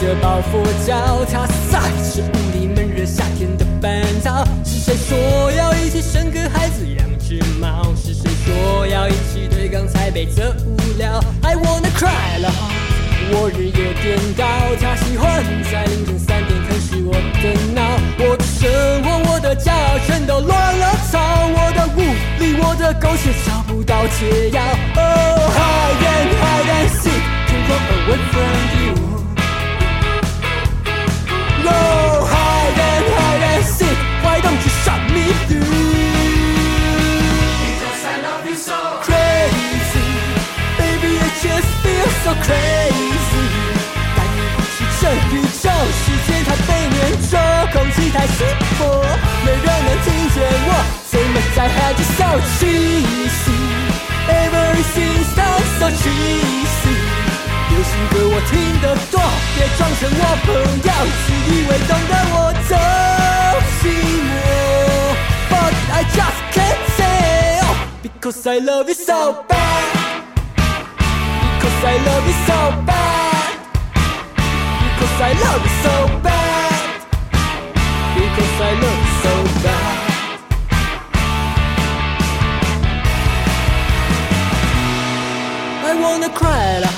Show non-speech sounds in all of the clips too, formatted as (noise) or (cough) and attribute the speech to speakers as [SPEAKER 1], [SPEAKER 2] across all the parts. [SPEAKER 1] 着抱佛脚，他撒是屋里闷热夏天的烦躁。是谁说要一起生个孩子养只猫？是谁说要一起对抗才被责无聊？I wanna cry 了，我日夜颠倒，他喜欢在凌晨三点啃食我的脑，我的生活，我的骄傲全都乱了套，我的无力，我的狗血找不到解药。Oh, hide and hide and seek, to run away from you. No, hide and hide and seek. Why don't you shut me through?
[SPEAKER 2] Because I love you so.
[SPEAKER 1] Crazy, baby, it just feels so crazy. 带你一起这宇宙，时间它被粘着，空气太稀薄，没人能听见我怎么在喊着 so cheesy。Everything sounds so cheesy。流行歌我听得多，别装成我朋友，自以为懂得我的寂寞。But I just can't tell because I love you so bad. Because I love you so bad. Because I love you so bad. Because I love you so bad. 爱我的快乐，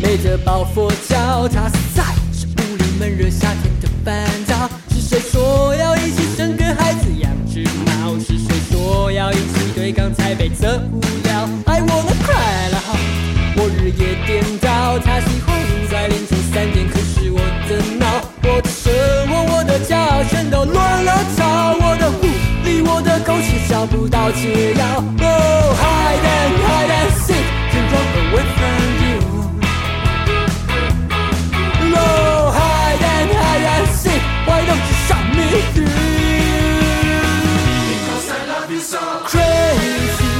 [SPEAKER 1] 没得抱佛脚，他在这屋里闷热夏天的烦躁。是谁说要一起生个孩子养只猫？是谁说要一起对抗才被责无聊？爱我的快乐，我日夜颠倒，他喜欢在凌晨三点啃食我的脑，我的生活，我的骄傲全都乱了套，我的无力，我的苟且找不到解药。Oh, hide and hide and seek can run away from you. Oh, hide and hide and seek. Why don't you shut me through?
[SPEAKER 2] Because I love you so.
[SPEAKER 1] crazy.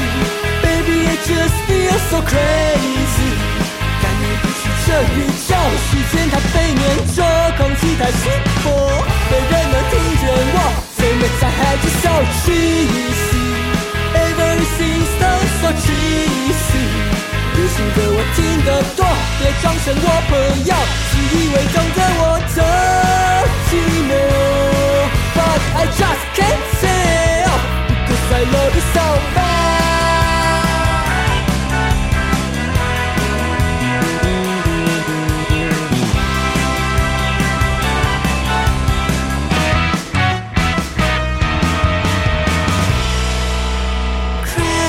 [SPEAKER 1] Baby, it just feels so crazy. 但你不是这宇宙，时间它被粘着，空气太稀薄，没人能听见我怎么在喊着 so cheesy。Everything sounds so cheesy。流行歌我听得多，别装成我朋友，自以为懂得我的寂寞。But I just can't tell because I love you so bad.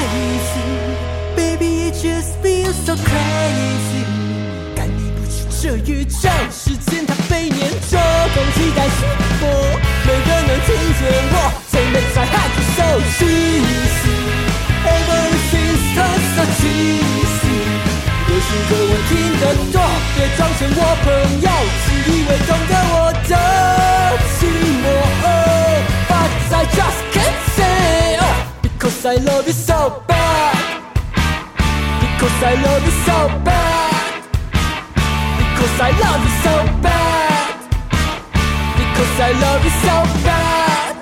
[SPEAKER 1] ，crazy baby it just feels so crazy。但你不是这宇宙，时间它被粘着，空气在稀薄，没人能听见我怎么在喊着 so cheesy。Everything sounds so cheesy。流行歌我听得多，别装成我朋友，自以为懂得我的寂寞。Oh, but I just can't say oh, because I love you so bad. Because I love you so bad. Because I love you so bad. Because I love you so bad.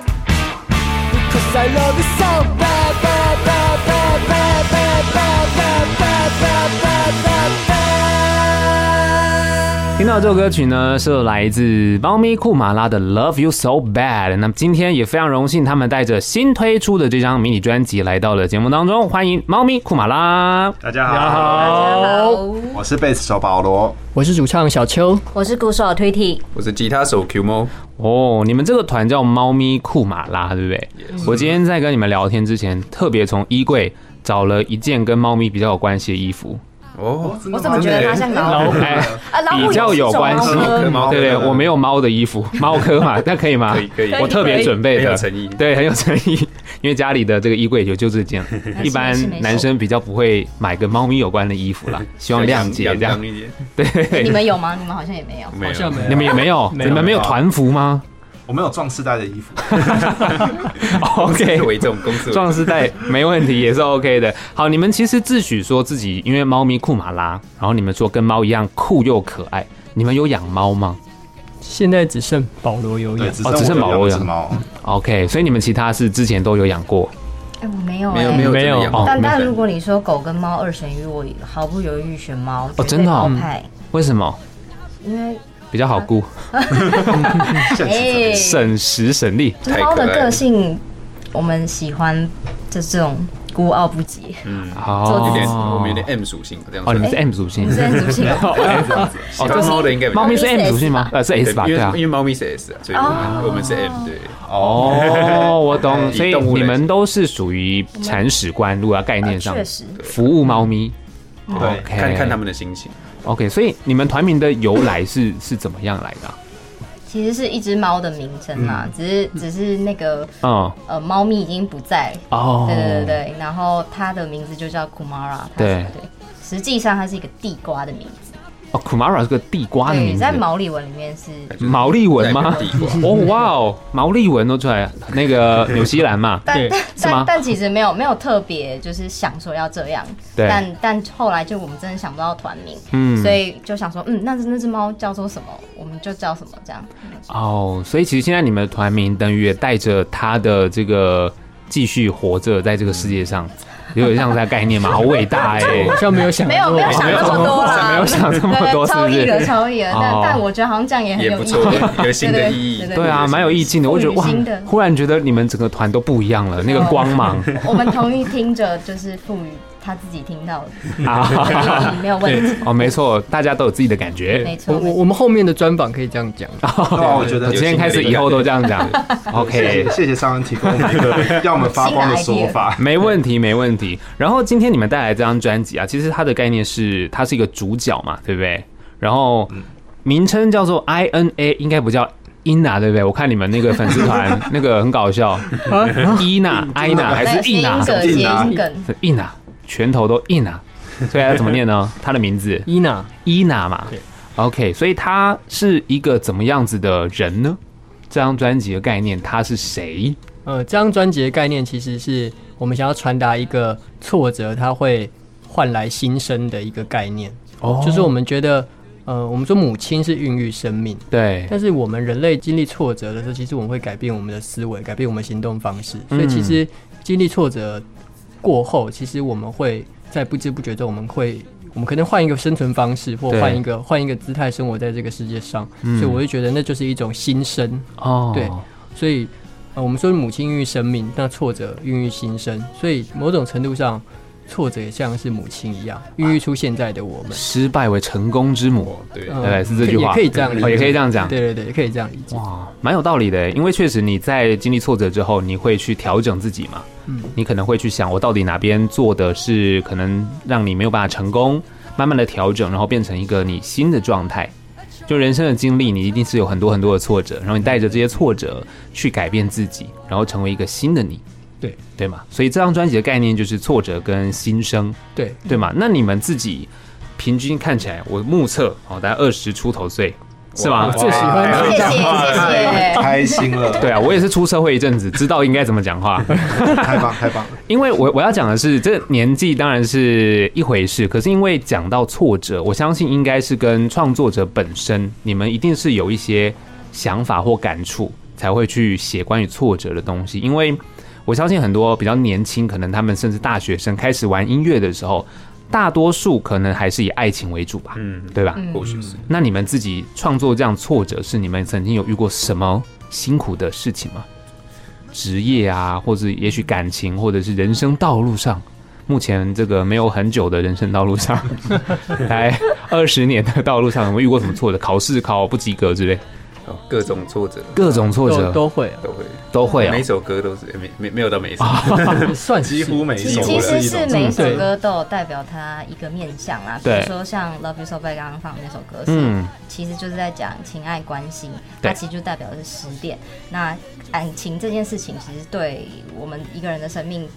[SPEAKER 1] Because I love you so bad, bad, bad, bad, bad, bad, bad, bad, bad, bad, bad, bad, bad.
[SPEAKER 3] 听到这首歌曲呢，是来自猫咪库马拉的《Love You So Bad》。那么今天也非常荣幸，他们带着新推出的这张迷你专辑来到了节目当中，欢迎猫咪库马拉。
[SPEAKER 4] 大家好，
[SPEAKER 5] 好，
[SPEAKER 4] 我是贝斯手保罗。
[SPEAKER 6] 我是主唱小邱，
[SPEAKER 5] 我是鼓手推体，
[SPEAKER 7] 我是吉他手 Q 猫，
[SPEAKER 3] 哦，你们这个团叫猫咪库马拉，对不对我今天在跟你们聊天之前，特别从衣柜找了一件跟猫咪比较有关系的衣服，
[SPEAKER 7] 哦，
[SPEAKER 5] 我怎么觉得他像老
[SPEAKER 7] (laughs)
[SPEAKER 5] 虎？
[SPEAKER 3] 哎，
[SPEAKER 5] 啊，老虎
[SPEAKER 3] 比较有关系
[SPEAKER 5] 也是一种猫科
[SPEAKER 7] 猫科
[SPEAKER 3] 对对，我没有猫的衣服，猫科嘛，那可以吗？
[SPEAKER 7] 可以可以
[SPEAKER 3] 我特别准备的，
[SPEAKER 7] 很有诚意
[SPEAKER 3] (laughs) 对，很有诚意，因为家里的这个衣柜也就这件， (laughs) 一般男生比较不会买跟猫咪有关的衣服啦，希望谅解
[SPEAKER 7] 阳
[SPEAKER 3] 这样
[SPEAKER 7] 刚。一点，
[SPEAKER 5] 你
[SPEAKER 3] 对，
[SPEAKER 5] 们有吗？你们好像也没有。
[SPEAKER 7] 没有，
[SPEAKER 6] 没
[SPEAKER 3] (laughs) 你们哎也没有，你们没有团服吗
[SPEAKER 4] 我们有壮士带的衣服，
[SPEAKER 3] 嗯
[SPEAKER 7] (laughs)
[SPEAKER 3] ？OK，
[SPEAKER 7] 为这种公司
[SPEAKER 3] 壮士带没问题，也是 OK 的。好，你们其实自诩说自己因为猫咪库马拉，然后你们说跟猫一样酷又可爱。你们有养猫吗
[SPEAKER 6] 现在只剩保罗有
[SPEAKER 4] 对，
[SPEAKER 6] 氧，
[SPEAKER 4] 只
[SPEAKER 3] 哦只剩
[SPEAKER 4] 剩
[SPEAKER 3] 毛
[SPEAKER 4] 我有
[SPEAKER 3] 了
[SPEAKER 4] 两只猫。
[SPEAKER 3] ？OK，所以你们其他是之前都有养过。
[SPEAKER 5] 哎，我没有，
[SPEAKER 7] 没有
[SPEAKER 5] 哎
[SPEAKER 7] 没有
[SPEAKER 6] 没有
[SPEAKER 7] 真的阳光
[SPEAKER 3] 哦
[SPEAKER 5] 但但
[SPEAKER 7] 没有
[SPEAKER 5] 如果你说狗跟猫二选一，我毫不犹豫选猫。绝对
[SPEAKER 3] 真的哦
[SPEAKER 5] 猫派，
[SPEAKER 3] 为什么？
[SPEAKER 5] 因为
[SPEAKER 3] 比较好顾，
[SPEAKER 4] 现实
[SPEAKER 5] 哎，
[SPEAKER 3] 省时省力。
[SPEAKER 5] 就是猫的个性，我们喜欢就是这种孤傲不羁，
[SPEAKER 3] 哦，
[SPEAKER 7] 有点我们有点 M 属性这样
[SPEAKER 3] 哦，你
[SPEAKER 7] 子。
[SPEAKER 3] 们是 M 属性，
[SPEAKER 5] 这种属性。
[SPEAKER 3] 嗯
[SPEAKER 7] 喜欢猫的应该比较
[SPEAKER 3] 猫咪是
[SPEAKER 5] 猫咪
[SPEAKER 3] M
[SPEAKER 5] 是
[SPEAKER 3] 属性吗
[SPEAKER 5] S 吧？
[SPEAKER 3] 呃，是 S 吧？
[SPEAKER 7] 因
[SPEAKER 3] 对啊
[SPEAKER 7] 为因。为猫咪是 S 啊，所以我们我们是 M 对。
[SPEAKER 3] 哦，我懂，
[SPEAKER 7] (laughs) 以
[SPEAKER 3] 所以
[SPEAKER 7] 动物
[SPEAKER 3] 你
[SPEAKER 7] 来
[SPEAKER 3] 们都是属于铲屎官，如果要概念上，
[SPEAKER 5] 确实
[SPEAKER 3] 服务猫咪。
[SPEAKER 4] 对
[SPEAKER 3] OK，
[SPEAKER 7] 看看他们的心情，
[SPEAKER 3] OK，所以你们团名的由来是是怎么样来的啊？
[SPEAKER 5] (laughs) 其实是一只猫的名称啦，只是只是那个
[SPEAKER 3] 嗯，
[SPEAKER 5] 呃，猫咪已经不在，
[SPEAKER 3] 哦，
[SPEAKER 5] 对对对对，然后它的名字就叫 Kumara，它是
[SPEAKER 3] 对
[SPEAKER 5] 对，实际上它是一个地瓜的名字，
[SPEAKER 3] 哦，Kumara 是个地瓜的名
[SPEAKER 5] 对，
[SPEAKER 3] 字，哎
[SPEAKER 5] 在毛利文里面是
[SPEAKER 3] 毛利文吗
[SPEAKER 7] 代？表帝国
[SPEAKER 3] 哦哇哦，毛利文都出来了，那
[SPEAKER 5] (laughs)
[SPEAKER 3] 个纽西兰嘛，
[SPEAKER 5] 但
[SPEAKER 6] 对
[SPEAKER 5] 但
[SPEAKER 3] 是吗
[SPEAKER 5] 但但其实没有没有特别就是想说要这样，
[SPEAKER 3] 对
[SPEAKER 5] 但但后来就我们真的想不到团名，
[SPEAKER 3] 嗯
[SPEAKER 5] 所以就想说，嗯，那那只猫叫做什么，我们就叫什么这样。
[SPEAKER 3] 哦，所以其实现在你们的团名等于也带着他的这个继续活着在这个世界
[SPEAKER 5] (laughs)
[SPEAKER 3] 上，有点像这样概念嘛，好伟大哎、
[SPEAKER 6] 好像没有想
[SPEAKER 5] 没有
[SPEAKER 6] 过
[SPEAKER 5] 没有想那么多啦，
[SPEAKER 3] 没有想这么多是不
[SPEAKER 5] 对超
[SPEAKER 3] 是
[SPEAKER 5] 意了超意了，但
[SPEAKER 3] 哦
[SPEAKER 5] 但我觉得好像这样也很
[SPEAKER 7] 也
[SPEAKER 5] 有
[SPEAKER 7] 不
[SPEAKER 5] 意
[SPEAKER 7] 错
[SPEAKER 5] 义。，
[SPEAKER 7] 有新的意义。
[SPEAKER 3] 对啊，蛮有意境的。我觉得哇
[SPEAKER 5] 父女心的，
[SPEAKER 3] 忽然觉得你们整个团都不一样了，那个光
[SPEAKER 5] (laughs)
[SPEAKER 3] 芒
[SPEAKER 5] 我们同意听着就是赋予他自己听到
[SPEAKER 3] (laughs)
[SPEAKER 5] 的，
[SPEAKER 3] 啊，
[SPEAKER 5] 没有问题，
[SPEAKER 3] 哦，没错，大家都有自己的感觉。
[SPEAKER 5] 没错
[SPEAKER 6] 我。我我们后面的专访可以这样讲，
[SPEAKER 4] 对啊，我觉得
[SPEAKER 3] 我哦今天开始以后都这样讲，OK
[SPEAKER 4] 谢。谢谢上恩提供我们一
[SPEAKER 3] (laughs)
[SPEAKER 4] 个让我们发光的说法。
[SPEAKER 3] 没问题，没问题。然后今天你们带来这张专辑啊，其实它的概念是它是一个主角嘛，对不对？然后名称叫做 INA，应该不叫 Ina，对不对？我看你们那个粉丝团那个很搞笑，Ina、Ina
[SPEAKER 5] (laughs)
[SPEAKER 3] 还
[SPEAKER 5] 对
[SPEAKER 3] 是啊
[SPEAKER 5] 谐音
[SPEAKER 3] Ina
[SPEAKER 5] 梗，谐
[SPEAKER 4] 硬拿
[SPEAKER 5] 音梗，
[SPEAKER 3] 是 Ina，拳头都 Ina，所以它怎么念呢？它的名字
[SPEAKER 6] 伊娜
[SPEAKER 3] Ina 嘛
[SPEAKER 6] 对。
[SPEAKER 3] OK，所以他是一个怎么样子的人呢？这张专辑的概念，他是谁？
[SPEAKER 6] 呃，这张专辑的概念其实是我们想要传达一个挫折，它会换来新生的一个概念。
[SPEAKER 3] 哦
[SPEAKER 6] 就是我们觉得，呃，我们说母亲是孕育生命，
[SPEAKER 3] 对，
[SPEAKER 6] 但是我们人类经历挫折的时候，其实我们会改变我们的思维，改变我们行动方式。所以其
[SPEAKER 3] 嗯
[SPEAKER 6] 实经历挫折过后，其实我们会在不知不觉中，我们会。我们可能换一个生存方式，或
[SPEAKER 3] 对嗯
[SPEAKER 6] 换一个换一个姿态生活在这个世界上，所以我会觉得那就是一种新生，
[SPEAKER 3] 哦，
[SPEAKER 6] 对所以，呃，我们说母亲孕育生命，那挫折孕育新生，所以某种程度上，挫折也像是母亲一样，孕育出现在的我们。
[SPEAKER 3] 失败为成功之母。
[SPEAKER 7] 对，
[SPEAKER 6] 嗯
[SPEAKER 3] 对，是这句话，
[SPEAKER 6] 也可以这样理解
[SPEAKER 3] 哦也可以这样讲，
[SPEAKER 6] 对对对，也可以这样理解。
[SPEAKER 3] 哇，蛮有道理的耶。因为确实你在经历挫折之后，你会去调整自己嘛，
[SPEAKER 6] 嗯
[SPEAKER 3] 你可能会去想，我到底哪边做的是可能让你没有办法成功，慢慢的调整，然后变成一个你新的状态。就人生的经历，你一定是有很多很多的挫折，然后你带着这些挫折去改变自己，然后成为一个新的你，
[SPEAKER 6] 对
[SPEAKER 3] 对吗？所以这张专辑的概念就是挫折跟新生，
[SPEAKER 6] 对，
[SPEAKER 3] 对吗？那你们自己平均看起来，我目测哦，大概二十出头岁，是吗？
[SPEAKER 6] 最喜欢这
[SPEAKER 5] 谢谢
[SPEAKER 6] 样。
[SPEAKER 5] 谢谢。
[SPEAKER 4] 开心了，
[SPEAKER 3] 对啊，我也是出社会一阵子，知道应该怎么讲话。
[SPEAKER 4] 太棒太棒了！
[SPEAKER 3] 因为我我要讲的是，这个年纪当然是一回事，可是因为讲到挫折，我相信应该是跟创作者本身，你们一定是有一些想法或感触，才会去写关于挫折的东西。因为我相信很多比较年轻，可能他们甚至大学生开始玩音乐的时候，大多数可能还是以爱情为主吧，
[SPEAKER 7] 嗯，
[SPEAKER 3] 对吧？
[SPEAKER 7] 或许是
[SPEAKER 3] 那你们自己创作这样挫折，是你们曾经有遇过什么辛苦的事情吗？职业啊，或者也许感情，或者是人生道路上，目前这个没有很久的人生道路上，来二十年的道路上，有没有遇过什么挫折？考试考不及格之类，
[SPEAKER 7] 哦各种挫折
[SPEAKER 3] 各种挫
[SPEAKER 6] 都
[SPEAKER 3] 折
[SPEAKER 6] 都会啊，
[SPEAKER 7] 都会，
[SPEAKER 3] 都会哦
[SPEAKER 7] 每一首歌都是没没没有到每一首， (laughs)
[SPEAKER 6] (laughs) 算是
[SPEAKER 4] 几乎每一首
[SPEAKER 5] 其实是每一首
[SPEAKER 6] 对
[SPEAKER 5] 歌都有代表它一个面向啦，比
[SPEAKER 3] 对
[SPEAKER 5] 如说像《Love You So Bad》刚刚放的那首歌是
[SPEAKER 3] 嗯，
[SPEAKER 5] 其实就是在讲情爱关系，
[SPEAKER 3] 对
[SPEAKER 5] 它其实就代表的是失恋。那感情这件事情，其实对我们一个人的生命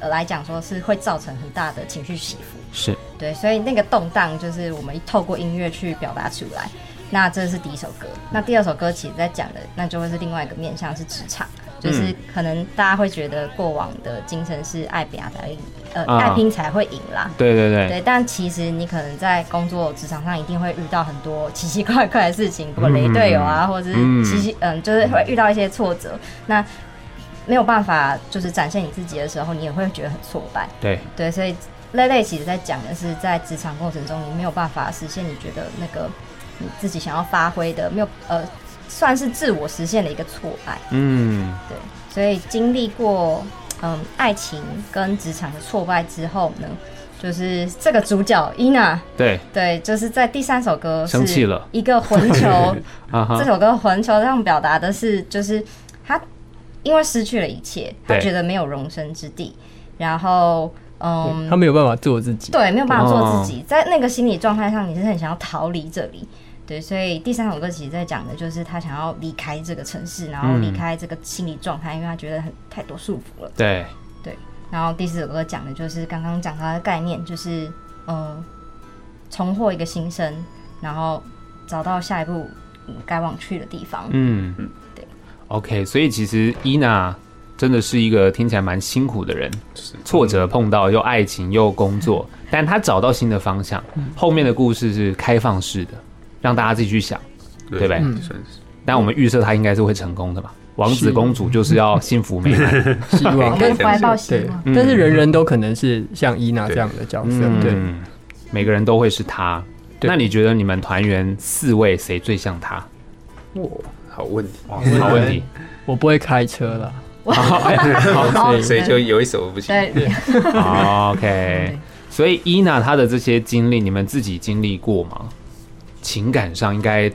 [SPEAKER 5] 呃来讲，说是会造成很大的情绪起伏。
[SPEAKER 3] 是
[SPEAKER 5] 对，所以那个动荡就是我们透过音乐去表达出来。那这是第一首歌，那第二首歌其实在讲的，那就会是另外一个面向是职场，就是
[SPEAKER 3] 嗯
[SPEAKER 5] 可能大家会觉得过往的精神是爱比才赢，呃，
[SPEAKER 3] 啊
[SPEAKER 5] 爱拼才会赢啦。
[SPEAKER 3] 对对对，
[SPEAKER 5] 对，但其实你可能在工作职场上一定会遇到很多奇奇怪怪的事情，不管雷队友啊，或者是
[SPEAKER 3] 嗯
[SPEAKER 5] 奇奇嗯，就是会遇到一些挫折。那没有办法，就是展现你自己的时候，你也会觉得很挫败。
[SPEAKER 3] 对
[SPEAKER 5] 对，所以类类其实在讲的是，在职场过程中，你没有办法实现你觉得那个你自己想要发挥的，没有呃，算是自我实现的一个挫败。
[SPEAKER 3] 嗯，
[SPEAKER 5] 对，所以经历过嗯爱情跟职场的挫败之后呢，就是这个主角伊娜，
[SPEAKER 3] 对，
[SPEAKER 5] 对，就是在第三首歌
[SPEAKER 3] 生气了，
[SPEAKER 5] 一个混
[SPEAKER 3] (laughs)
[SPEAKER 5] 球，
[SPEAKER 3] 啊
[SPEAKER 5] 这
[SPEAKER 3] 哈，
[SPEAKER 5] 首歌《环球》上表达的是，就是他因为失去了一切，他
[SPEAKER 3] 对
[SPEAKER 5] 觉得没有容身之地，然后嗯，
[SPEAKER 6] 他没有办法做自己。
[SPEAKER 5] 对，没有办法做自己，
[SPEAKER 3] 哦
[SPEAKER 5] 在那个心理状态上，你是很想要逃离这里。对，所以第三首歌其实在讲的就是他想要离开这个城市，然后离
[SPEAKER 3] 嗯
[SPEAKER 5] 开这个心理状态，因为他觉得很太多束缚了。
[SPEAKER 3] 对，
[SPEAKER 5] 然后第四首歌讲的就是刚刚讲到的概念，就是呃，重获一个新生，然后找到下一步嗯该往去的地方。
[SPEAKER 3] 嗯，
[SPEAKER 5] 对
[SPEAKER 3] ，OK，所以其实伊娜真的是一个听起来蛮辛苦的人，
[SPEAKER 7] 是
[SPEAKER 3] 挫折碰到又爱情又工作，但她找到新的方向，后面的故事是开放式的，让大家自己去想。
[SPEAKER 7] 对
[SPEAKER 3] 对吧
[SPEAKER 7] 嗯算是
[SPEAKER 3] 但我们预设她应该是会成功的嘛，王子
[SPEAKER 6] 是
[SPEAKER 3] 公主就是要幸福美满。
[SPEAKER 6] 希
[SPEAKER 5] 我
[SPEAKER 6] (laughs) 望
[SPEAKER 5] 们怀抱希
[SPEAKER 6] 对
[SPEAKER 5] 望。，
[SPEAKER 3] 嗯
[SPEAKER 6] 但是人人都可能是像伊娜这样的角色，对，
[SPEAKER 3] 嗯，每个人都会是她。
[SPEAKER 6] 对
[SPEAKER 3] 那你觉得你们团员四位谁最像她？
[SPEAKER 7] 好问题，
[SPEAKER 3] 好问题，
[SPEAKER 6] 我不会开车啦，
[SPEAKER 3] (laughs)
[SPEAKER 5] 哦
[SPEAKER 7] 所以就有一首不行，
[SPEAKER 5] 对，
[SPEAKER 3] OK，所以伊娜她的这些经历，你们自己经历过吗？情感上应该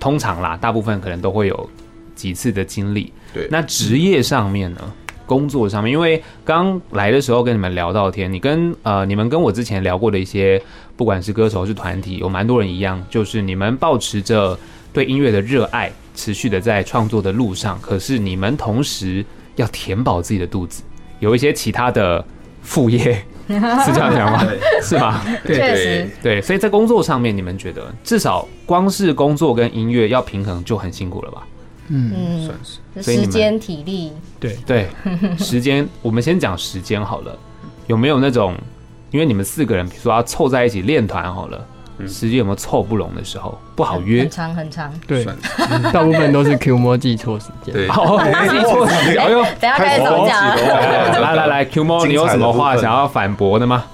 [SPEAKER 3] 通常啦，大部分可能都会有几次的经历。
[SPEAKER 7] 对
[SPEAKER 3] 那职业上面呢？工作上面，因为刚来的时候跟你们聊到天，你跟呃你们跟我之前聊过的一些，不管是歌手是团体，有蛮多人一样，就是你们保持着对音乐的热爱，持续的在创作的路上，可是你们同时要填饱自己的肚子，有一些其他的副业， (laughs) 是这样讲吗？是吧？
[SPEAKER 7] 对
[SPEAKER 5] 确
[SPEAKER 7] 对
[SPEAKER 5] 实，
[SPEAKER 3] 对，所以在工作上面，你们觉得至少光是工作跟音乐要平衡就很辛苦了吧？
[SPEAKER 6] 嗯，
[SPEAKER 5] 嗯，
[SPEAKER 7] 算是
[SPEAKER 5] 就
[SPEAKER 3] 所以你
[SPEAKER 5] 时
[SPEAKER 3] 们
[SPEAKER 5] 间、体力，
[SPEAKER 6] 对，
[SPEAKER 3] 对，时间，我们先讲时间好了，有没有那种，因为你们四个人，比如说要凑在一起练团好了，
[SPEAKER 4] 嗯
[SPEAKER 3] 时间有没有凑不拢的时候，不好约
[SPEAKER 5] 很？长很长。
[SPEAKER 6] 对
[SPEAKER 7] 算，
[SPEAKER 6] (laughs) 大部分都是 Q 摸记错时间，
[SPEAKER 7] 对，
[SPEAKER 3] 好，自己错，哎呦，
[SPEAKER 5] 等一下开始啊吵架了，
[SPEAKER 3] 来来来，Q 猫，你有什么话
[SPEAKER 4] 精彩的部分
[SPEAKER 3] 想要反驳的吗？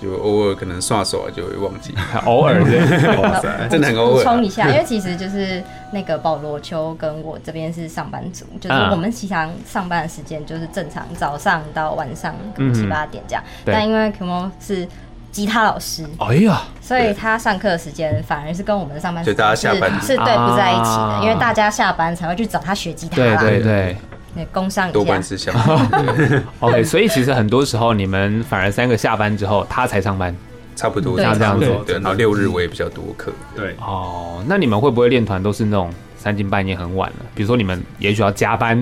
[SPEAKER 7] 就偶尔可能刷手啊就会忘记，
[SPEAKER 3] 偶尔的，
[SPEAKER 4] (laughs)
[SPEAKER 7] 哇塞， (laughs) 真的很偶
[SPEAKER 5] 补充
[SPEAKER 7] 尔啊
[SPEAKER 5] 一下，因为其实就是那个保罗丘跟我这边是上班族，就是
[SPEAKER 3] 嗯
[SPEAKER 5] 我们平常上班的时间就是正常早上到晚上可能
[SPEAKER 3] 嗯
[SPEAKER 5] 七八点这样，
[SPEAKER 3] 对
[SPEAKER 5] 但因为 QMO 是吉他老师，
[SPEAKER 3] 哎呀，
[SPEAKER 5] 所以他上课的时间反而是跟我们的上班时
[SPEAKER 7] 就大
[SPEAKER 5] 间
[SPEAKER 7] 家
[SPEAKER 5] 是
[SPEAKER 7] 下班
[SPEAKER 5] 是对不在一起的
[SPEAKER 3] 啊，
[SPEAKER 5] 因为大家下班才会去找他学吉他
[SPEAKER 3] 对
[SPEAKER 5] 啦，
[SPEAKER 3] 对对。
[SPEAKER 5] 对，工商
[SPEAKER 7] 多
[SPEAKER 5] 一下
[SPEAKER 7] 半，是相反，对
[SPEAKER 3] OK，所以其实很多时候你们反而三个下班之后，他才上班。
[SPEAKER 7] 差不多
[SPEAKER 5] 对
[SPEAKER 7] 差不
[SPEAKER 3] 这
[SPEAKER 7] 多
[SPEAKER 3] 样
[SPEAKER 4] 子
[SPEAKER 7] 对，然后六日我也比较多课，
[SPEAKER 4] 对，
[SPEAKER 3] 哦，那你们会不会练团都是那种三更半夜很晚了？比如说你们也许要加班，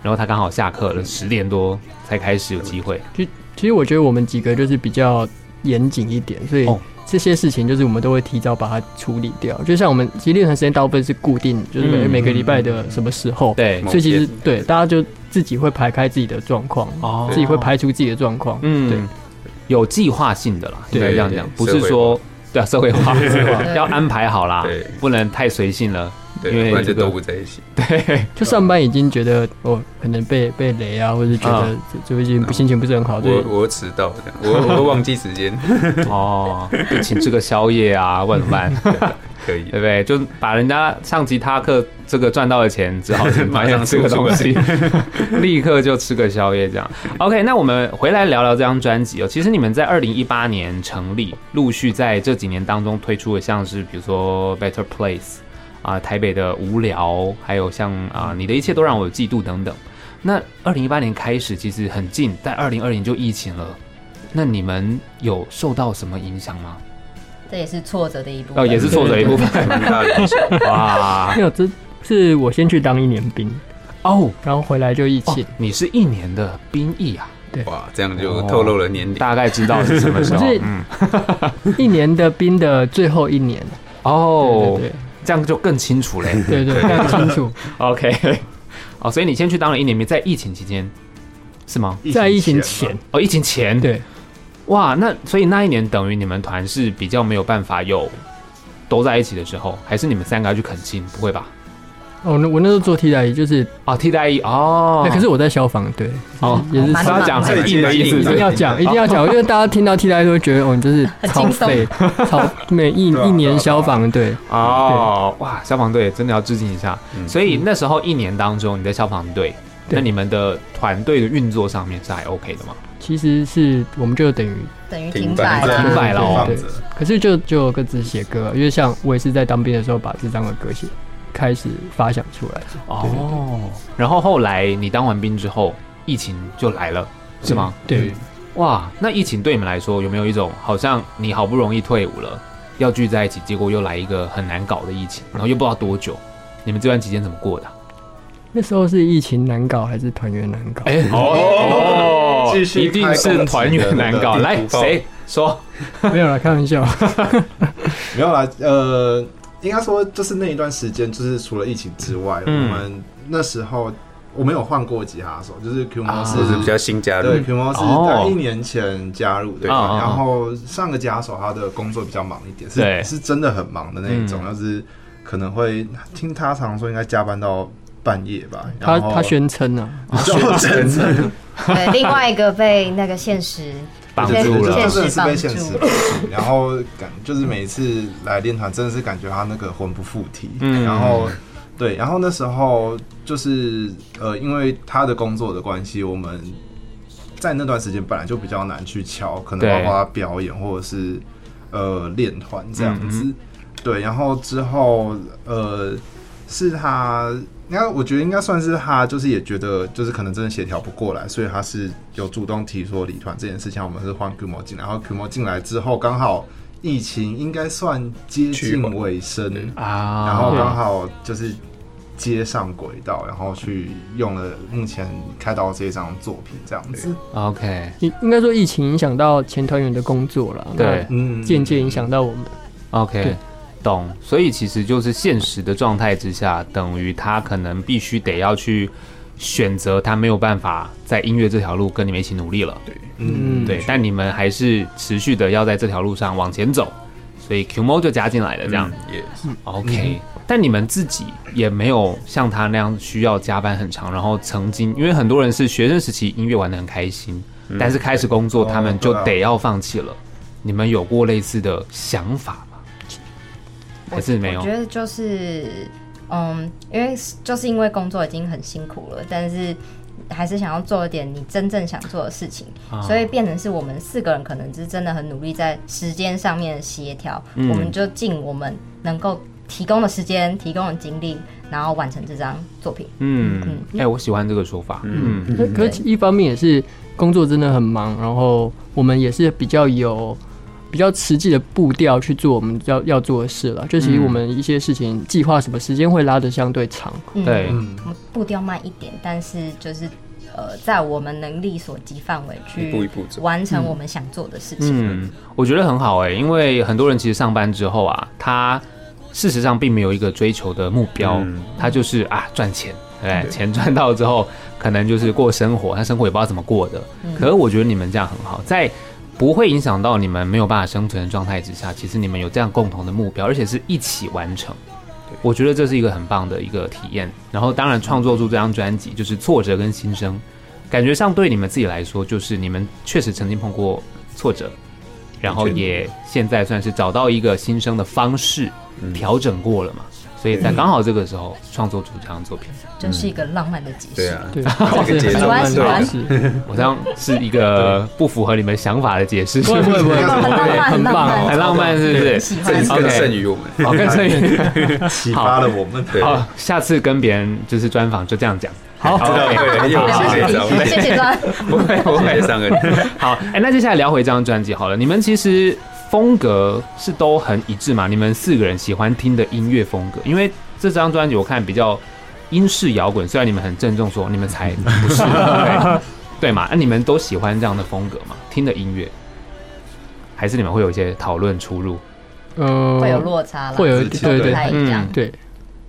[SPEAKER 3] 然后他刚好下课了，十点多才开始有机会。
[SPEAKER 6] 其其实我觉得我们几个就是比较严谨一点，所以
[SPEAKER 3] 哦
[SPEAKER 6] 这些事情就是我们都会提早把它处理掉。就像我们其实练团时间大部分是固定，就是每、
[SPEAKER 3] 嗯
[SPEAKER 6] 每个礼拜的什么时候，，
[SPEAKER 3] 对，
[SPEAKER 6] 所以其实对大家就自己会排开自己的状况，
[SPEAKER 3] 哦
[SPEAKER 6] 自己会排除自己的状况，对
[SPEAKER 3] 嗯，有计划性的啦，应该
[SPEAKER 7] 对
[SPEAKER 3] 这样讲，
[SPEAKER 7] 对
[SPEAKER 3] 不是说对啊，社会化
[SPEAKER 7] (laughs)
[SPEAKER 3] 要安排好啦
[SPEAKER 7] 对，
[SPEAKER 3] 不能太随性了。因为
[SPEAKER 7] 对，不然
[SPEAKER 3] 这
[SPEAKER 7] 就
[SPEAKER 3] 个
[SPEAKER 7] 都不在一起，
[SPEAKER 3] 对，
[SPEAKER 6] 就上班已经觉得哦，可能被被雷啊，或者是觉得
[SPEAKER 3] 啊
[SPEAKER 6] 这最近不心情不是很好，
[SPEAKER 7] 我
[SPEAKER 6] 哦对，
[SPEAKER 7] 我迟到这样，我 (laughs) 我会忘记时间，
[SPEAKER 3] 哦，就请吃个宵夜啊，问饭，
[SPEAKER 7] 可
[SPEAKER 3] 对
[SPEAKER 7] 以
[SPEAKER 3] 哦
[SPEAKER 7] (laughs)
[SPEAKER 3] 不对？就把人家上吉他课这个赚到的钱，只好请
[SPEAKER 7] 马
[SPEAKER 3] 朋友
[SPEAKER 7] 上
[SPEAKER 3] 吃个
[SPEAKER 7] 吐出
[SPEAKER 3] 东
[SPEAKER 7] 来
[SPEAKER 3] (laughs) 西，立刻就吃个宵夜这样。OK，那我们回来聊聊这张专辑哦。其实你们在二零一八年成立，陆续在这几年当中推出的，像是比如说《Better Place》啊、台北的无聊，还有像啊、你的一切都让我有嫉妒等等。那二零一八年开始其实很近，但二零二零就疫情了。那你们有受到什么影响吗？
[SPEAKER 5] 这也是挫折的一部
[SPEAKER 3] 哦，
[SPEAKER 5] 分，
[SPEAKER 3] 也是挫折一部分。
[SPEAKER 7] 蛮大的影响，
[SPEAKER 3] (laughs) 哇，
[SPEAKER 6] 没有，这是我先去当一年兵，
[SPEAKER 3] 哦，
[SPEAKER 6] 然后回来就疫
[SPEAKER 3] 哦
[SPEAKER 6] 情。
[SPEAKER 3] 你是一年的兵役啊，
[SPEAKER 7] 哇，这样就透露了年龄，
[SPEAKER 3] 大概知道是什么时候
[SPEAKER 6] 我。是
[SPEAKER 3] 嗯，
[SPEAKER 6] 一年的兵的最后一年，
[SPEAKER 3] 哦，
[SPEAKER 6] 对
[SPEAKER 3] 这样就更清楚
[SPEAKER 6] (laughs)
[SPEAKER 3] 嘞。
[SPEAKER 6] 对对，对非常清楚。
[SPEAKER 3] OK，哦， (laughs) 所以你先去当了一年兵，在疫情期间是吗？
[SPEAKER 4] 啊
[SPEAKER 6] 在疫情前，
[SPEAKER 3] 哦，疫情前，
[SPEAKER 6] 对
[SPEAKER 3] 哇，那所以那一年等于你们团是比较没有办法有都在一起的时候，还是你们三个要去恳亲？不会吧？
[SPEAKER 6] 哦，那我那时候做替代役，就是、
[SPEAKER 3] 哦，替代役哦
[SPEAKER 6] 对，可是我在消防队，
[SPEAKER 3] 哦，
[SPEAKER 6] 也是
[SPEAKER 5] 蛮
[SPEAKER 3] 他要讲很硬的意思，
[SPEAKER 6] 一定要讲，一定要讲，因为大家听到替代役都会觉得哦，你就是
[SPEAKER 5] 很
[SPEAKER 6] 超
[SPEAKER 5] 轻松
[SPEAKER 6] 废，超每一
[SPEAKER 4] 对啊对
[SPEAKER 6] 一
[SPEAKER 4] 啊
[SPEAKER 6] 年
[SPEAKER 4] 对
[SPEAKER 6] 消
[SPEAKER 4] 啊
[SPEAKER 6] 防队，
[SPEAKER 3] 哦，嗯哇，消防队真的要致敬一下。所以那时候一年当中，你在消防队，
[SPEAKER 6] 对
[SPEAKER 3] 那你们的团队的运作上面是还 OK 的吗？
[SPEAKER 6] 其实是我们就等于
[SPEAKER 5] 等于
[SPEAKER 7] 停
[SPEAKER 5] 停
[SPEAKER 7] 摆
[SPEAKER 5] 摆
[SPEAKER 7] 了
[SPEAKER 5] 了
[SPEAKER 3] 停。摆了哦
[SPEAKER 4] 对
[SPEAKER 6] 对，可是就就有各自写歌啊，因为像我也是在当兵的时候把这张的歌写开始发想出来，
[SPEAKER 3] 哦，然后后来你当完兵之后，疫情就来了，是吗？嗯
[SPEAKER 6] 对，
[SPEAKER 3] 哇，那疫情对你们来说有没有一种好像你好不容易退伍了，要聚在一起，结果又来一个很难搞的疫情，然后又不知道多久？你们这段期间怎么过的啊？
[SPEAKER 6] 那时候是疫情难搞还是团员难搞？
[SPEAKER 3] (laughs) 哎哦
[SPEAKER 4] 继续
[SPEAKER 3] 一定是团员难搞。
[SPEAKER 4] 开
[SPEAKER 3] 来
[SPEAKER 4] 攻，击的那个
[SPEAKER 3] 谁说？
[SPEAKER 6] (laughs) 没有啦，开玩笑。
[SPEAKER 4] 没有啦，呃，应该说就是那一段时间，就是除了疫情之外，
[SPEAKER 3] 嗯
[SPEAKER 4] 我们那时候我们有换过吉他手，就是 Q
[SPEAKER 3] 啊
[SPEAKER 4] 模是
[SPEAKER 7] 或者比较新加入
[SPEAKER 4] 对 Q 模是
[SPEAKER 3] 哦
[SPEAKER 4] 在一年前加入的，
[SPEAKER 7] 对
[SPEAKER 3] 啊啊啊
[SPEAKER 4] 然后上个吉他手他的工作比较忙一点，
[SPEAKER 3] 对
[SPEAKER 4] 是是真的很忙的那一种，
[SPEAKER 3] 嗯
[SPEAKER 4] 就是可能会听他常说应该加班到半夜吧，
[SPEAKER 6] 他
[SPEAKER 4] (laughs) 然后 (laughs)
[SPEAKER 6] 他宣称啊，
[SPEAKER 4] 就真的
[SPEAKER 5] 对，
[SPEAKER 7] (laughs)
[SPEAKER 5] 另外一个被那个现实
[SPEAKER 3] 绑
[SPEAKER 4] 对
[SPEAKER 3] 住
[SPEAKER 4] 就
[SPEAKER 3] 了
[SPEAKER 4] 真的是被
[SPEAKER 5] 绑
[SPEAKER 4] 现
[SPEAKER 5] 住
[SPEAKER 4] 实绑住。然后感就是每一次来练团，真的是感觉他那个魂不附体。
[SPEAKER 3] 嗯
[SPEAKER 4] 然后对，然后那时候就是呃，因为他的工作的关系，我们在那段时间本来就比较难去敲，可能
[SPEAKER 3] 对
[SPEAKER 4] 包括他表演或者是呃练团这样子。
[SPEAKER 3] 嗯
[SPEAKER 4] 对，然后之后呃是他。应该我觉得应该算是他，就是也觉得就是可能真的协调不过来，所以他是有主动提说离团这件事情。我们是换 QMO 进来，然后 QMO 进来之后，刚好疫情应该算接近尾声，
[SPEAKER 3] 啊
[SPEAKER 4] 然后刚好就是接上轨道，然后去用了目前开到这张作品这样子。
[SPEAKER 3] OK，
[SPEAKER 6] 应应该说疫情影响到前团员的工作了，
[SPEAKER 3] 对
[SPEAKER 4] 嗯
[SPEAKER 6] 那间接影响到我们。
[SPEAKER 3] OK，
[SPEAKER 6] 对
[SPEAKER 3] 懂。所以其实就是现实的状态之下，等于他可能必须得要去选择，他没有办法在音乐这条路跟你们一起努力了。对
[SPEAKER 4] 嗯，
[SPEAKER 3] 对，但你们还是持续的要在这条路上往前走，所以 QMO 就加进来了，这样、
[SPEAKER 7] 嗯也是
[SPEAKER 3] OK。但你们自己也没有像他那样需要加班很长，然后曾经因为很多人是学生时期音乐玩的很开心，但是开始工作他们就
[SPEAKER 4] 哦对啊
[SPEAKER 3] 得要放弃了。你们有过类似的想法吗？还是没有
[SPEAKER 5] 我觉得就是，嗯，因为就是因为工作已经很辛苦了，但是还是想要做一点你真正想做的事情，
[SPEAKER 3] 啊
[SPEAKER 5] 所以变成是我们四个人可能是真的很努力在时间上面的协调，
[SPEAKER 3] 嗯
[SPEAKER 5] 我们就尽我们能够提供的时间、提供的精力，然后完成这张作品。
[SPEAKER 3] 嗯，哎、我喜欢这个说法。嗯
[SPEAKER 6] 可可是一方面也是工作真的很忙，然后我们也是比较有比较实际的步调去做我们要要做的事了。就其实
[SPEAKER 3] 嗯
[SPEAKER 6] 我们一些事情计划什么时间会拉得相对长，
[SPEAKER 5] 嗯
[SPEAKER 3] 对
[SPEAKER 4] 嗯，
[SPEAKER 5] 我们步调慢一点，但是就是呃，在我们能力所及范围去
[SPEAKER 7] 一步一步走
[SPEAKER 5] 完成我们想做的事情。
[SPEAKER 3] 嗯，我觉得很好哎、因为很多人其实上班之后啊，他事实上并没有一个追求的目标，
[SPEAKER 7] 嗯
[SPEAKER 3] 他就是啊赚钱，对不对，钱赚到之后，可能就是过生活，他生活也不知道怎么过的。可是我觉得你们这样很好，在不会影响到你们没有办法生存的状态之下，其实你们有这样共同的目标，而且是一起完成。我觉得这是一个很棒的一个体验。然后，当然创作出这张专辑，就是挫折跟新生，感觉上对你们自己来说，就是你们确实曾经碰过挫折，然后也现在算是找到一个新生的方式，调整过了嘛，
[SPEAKER 6] 嗯
[SPEAKER 3] 所以在刚好这个时候创作出这张作品，
[SPEAKER 5] 就是一个浪漫的解释。
[SPEAKER 7] 对啊，
[SPEAKER 3] (laughs)
[SPEAKER 6] 对，
[SPEAKER 7] 这个节奏
[SPEAKER 6] (laughs)
[SPEAKER 5] 喜欢
[SPEAKER 6] 慢
[SPEAKER 5] 喜欢
[SPEAKER 6] 慢是
[SPEAKER 3] 我这样是一个不符合你们想法的解
[SPEAKER 6] (laughs)
[SPEAKER 3] 释，
[SPEAKER 4] 嗯
[SPEAKER 6] 不会不会
[SPEAKER 3] (laughs)
[SPEAKER 6] 不会，
[SPEAKER 4] 很
[SPEAKER 5] 浪漫
[SPEAKER 6] 很棒
[SPEAKER 5] 很
[SPEAKER 6] 哦，
[SPEAKER 3] 很浪漫是不
[SPEAKER 5] 很
[SPEAKER 3] 是？
[SPEAKER 5] 喜欢
[SPEAKER 7] 这一次更
[SPEAKER 3] OK
[SPEAKER 7] 胜于我们。
[SPEAKER 3] 好，跟所以
[SPEAKER 4] 启发了我们。
[SPEAKER 7] 对，
[SPEAKER 3] 好，下次跟别人就是专访就这样讲。
[SPEAKER 6] 好
[SPEAKER 7] 知道对，
[SPEAKER 5] 没
[SPEAKER 7] 又
[SPEAKER 5] 问
[SPEAKER 7] 谢谢张
[SPEAKER 5] 题，谢谢庄。
[SPEAKER 3] 不会不
[SPEAKER 7] 谢
[SPEAKER 3] 会
[SPEAKER 7] 谢，上恩。
[SPEAKER 3] 好，哎、那接下来聊回这张专辑好了。你们其实风格是都很一致嘛？你们四个人喜欢听的音乐风格，因为这张专辑我看比较英式摇滚，虽然你们很郑重说你们才不是，对对嘛？那、啊你们都喜欢这样的风格嘛？听的音乐，还是你们会有一些讨论出入？
[SPEAKER 6] 嗯，
[SPEAKER 5] 会有落差啦，
[SPEAKER 6] 会有
[SPEAKER 4] 自己
[SPEAKER 6] 对
[SPEAKER 5] 不
[SPEAKER 6] 对嗯
[SPEAKER 5] 太一样。
[SPEAKER 6] 对，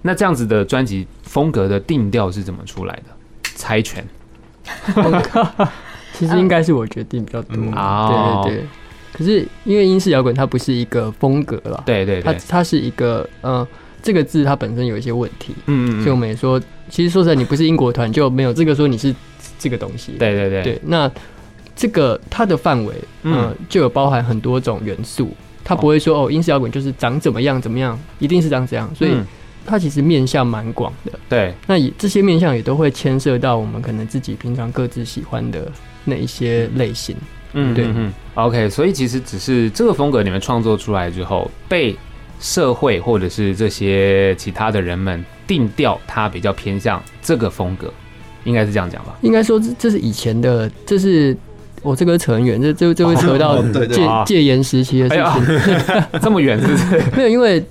[SPEAKER 3] 那这样子的专辑风格的定调是怎么出来的？猜拳
[SPEAKER 6] 其实应该是我决定比较多，
[SPEAKER 3] 啊，
[SPEAKER 6] 对对对。可是因为英式摇滚它不是一个风格啦，
[SPEAKER 3] 对对对
[SPEAKER 6] 它
[SPEAKER 3] 对，
[SPEAKER 6] 它是一个呃，这个字它本身有一些问题，
[SPEAKER 3] 嗯
[SPEAKER 6] 所以我们也说，其实说实在，你不是英国团就没有这个说你是这个东西。
[SPEAKER 3] 对对对，
[SPEAKER 6] 对，那这个它的范围，嗯、
[SPEAKER 3] 嗯
[SPEAKER 6] 就有包含很多种元素，它不会说哦，英式摇滚就是长怎么样怎么样，一定是长怎样，所以
[SPEAKER 3] 嗯
[SPEAKER 6] 它其实面向蛮广的。
[SPEAKER 3] 对，
[SPEAKER 6] 那也这些面向也都会牵涉到我们可能自己平常各自喜欢的那一些类型。
[SPEAKER 3] 嗯
[SPEAKER 6] 对
[SPEAKER 3] 嗯嗯，OK，所以其实只是这个风格你们创作出来之后，被社会或者是这些其他的人们定调，它比较偏向这个风格，应该是这样
[SPEAKER 6] (laughs)
[SPEAKER 3] 讲吧？
[SPEAKER 6] 应该说这这是以前的，这是我、这个扯很远，这这这会扯到
[SPEAKER 4] 哦对对
[SPEAKER 6] 戒
[SPEAKER 3] 啊
[SPEAKER 6] 戒严时期的事
[SPEAKER 3] 哎呀
[SPEAKER 6] 情。，
[SPEAKER 3] 这么远是不是？
[SPEAKER 6] (laughs) 没有，因为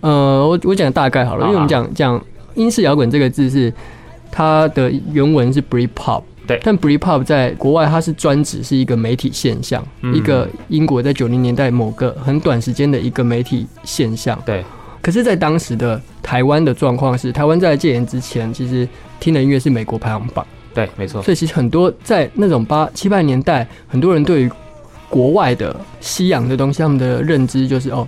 [SPEAKER 6] 呃，我我讲大概好了，
[SPEAKER 3] 好啊
[SPEAKER 6] 因为我们讲讲英式摇滚这个字是它的原文是 Britpop，
[SPEAKER 3] 对
[SPEAKER 6] 但 Britpop 在国外它是专指是一个媒体现象，
[SPEAKER 3] 嗯
[SPEAKER 6] 一个英国在九零年代某个很短时间的一个媒体现象。
[SPEAKER 3] 对，
[SPEAKER 6] 可是，在当时的台湾的状况是，台湾在戒严之前，其实听的音乐是美国排行榜，
[SPEAKER 3] 对，没错，
[SPEAKER 6] 所以其实很多在那种八七八年代，很多人对于国外的西洋的东西，他们的认知就是哦，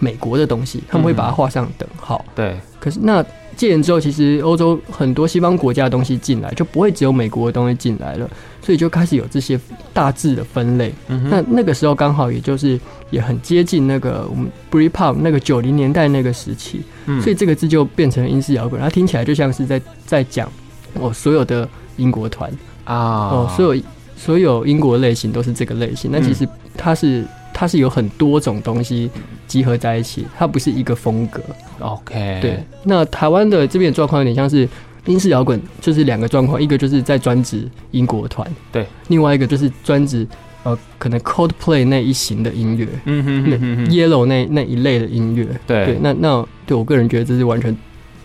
[SPEAKER 6] 美国的东西，他
[SPEAKER 3] 嗯
[SPEAKER 6] 们会把它画上等号。
[SPEAKER 3] 对，
[SPEAKER 6] 可是那戒严之后，其实欧洲很多西方国家的东西进来，就不会只有美国的东西进来了，所以就开始有这些大致的分类。
[SPEAKER 3] 嗯
[SPEAKER 6] 那那个时候刚好也就是也很接近那个我们 Britpop 那个九零年代那个时期，
[SPEAKER 3] 嗯
[SPEAKER 6] 所以这个字就变成英式摇滚，它听起来就像是在在讲我所有的英国团
[SPEAKER 3] 啊，
[SPEAKER 6] 哦，所有所有英国类型都是这个类型，那
[SPEAKER 3] 嗯
[SPEAKER 6] 其实它是。它是有很多种东西集合在一起，它不是一个风格。
[SPEAKER 3] OK，
[SPEAKER 6] 对，，那台湾的这边的状况有点像是英式摇滚，就是两个状况，一个就是在专指英国团，
[SPEAKER 3] 对，
[SPEAKER 6] 另外一个就是专指呃可能 Coldplay 那一型的音乐、
[SPEAKER 3] 嗯哼哼哼哼，
[SPEAKER 6] y e l l o w 那那一类的音乐，
[SPEAKER 3] 对
[SPEAKER 6] 对，那那对我个人觉得这是完全。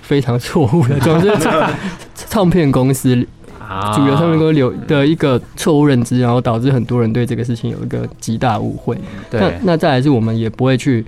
[SPEAKER 6] 非常错
[SPEAKER 3] (laughs)
[SPEAKER 6] 误的状况，这是唱唱片公司
[SPEAKER 3] 啊
[SPEAKER 6] 主流唱片公司留的一个错误认知，然后导致很多人对这个事情有一个极大误会。那
[SPEAKER 3] 对
[SPEAKER 6] 那再来是我们也不会去，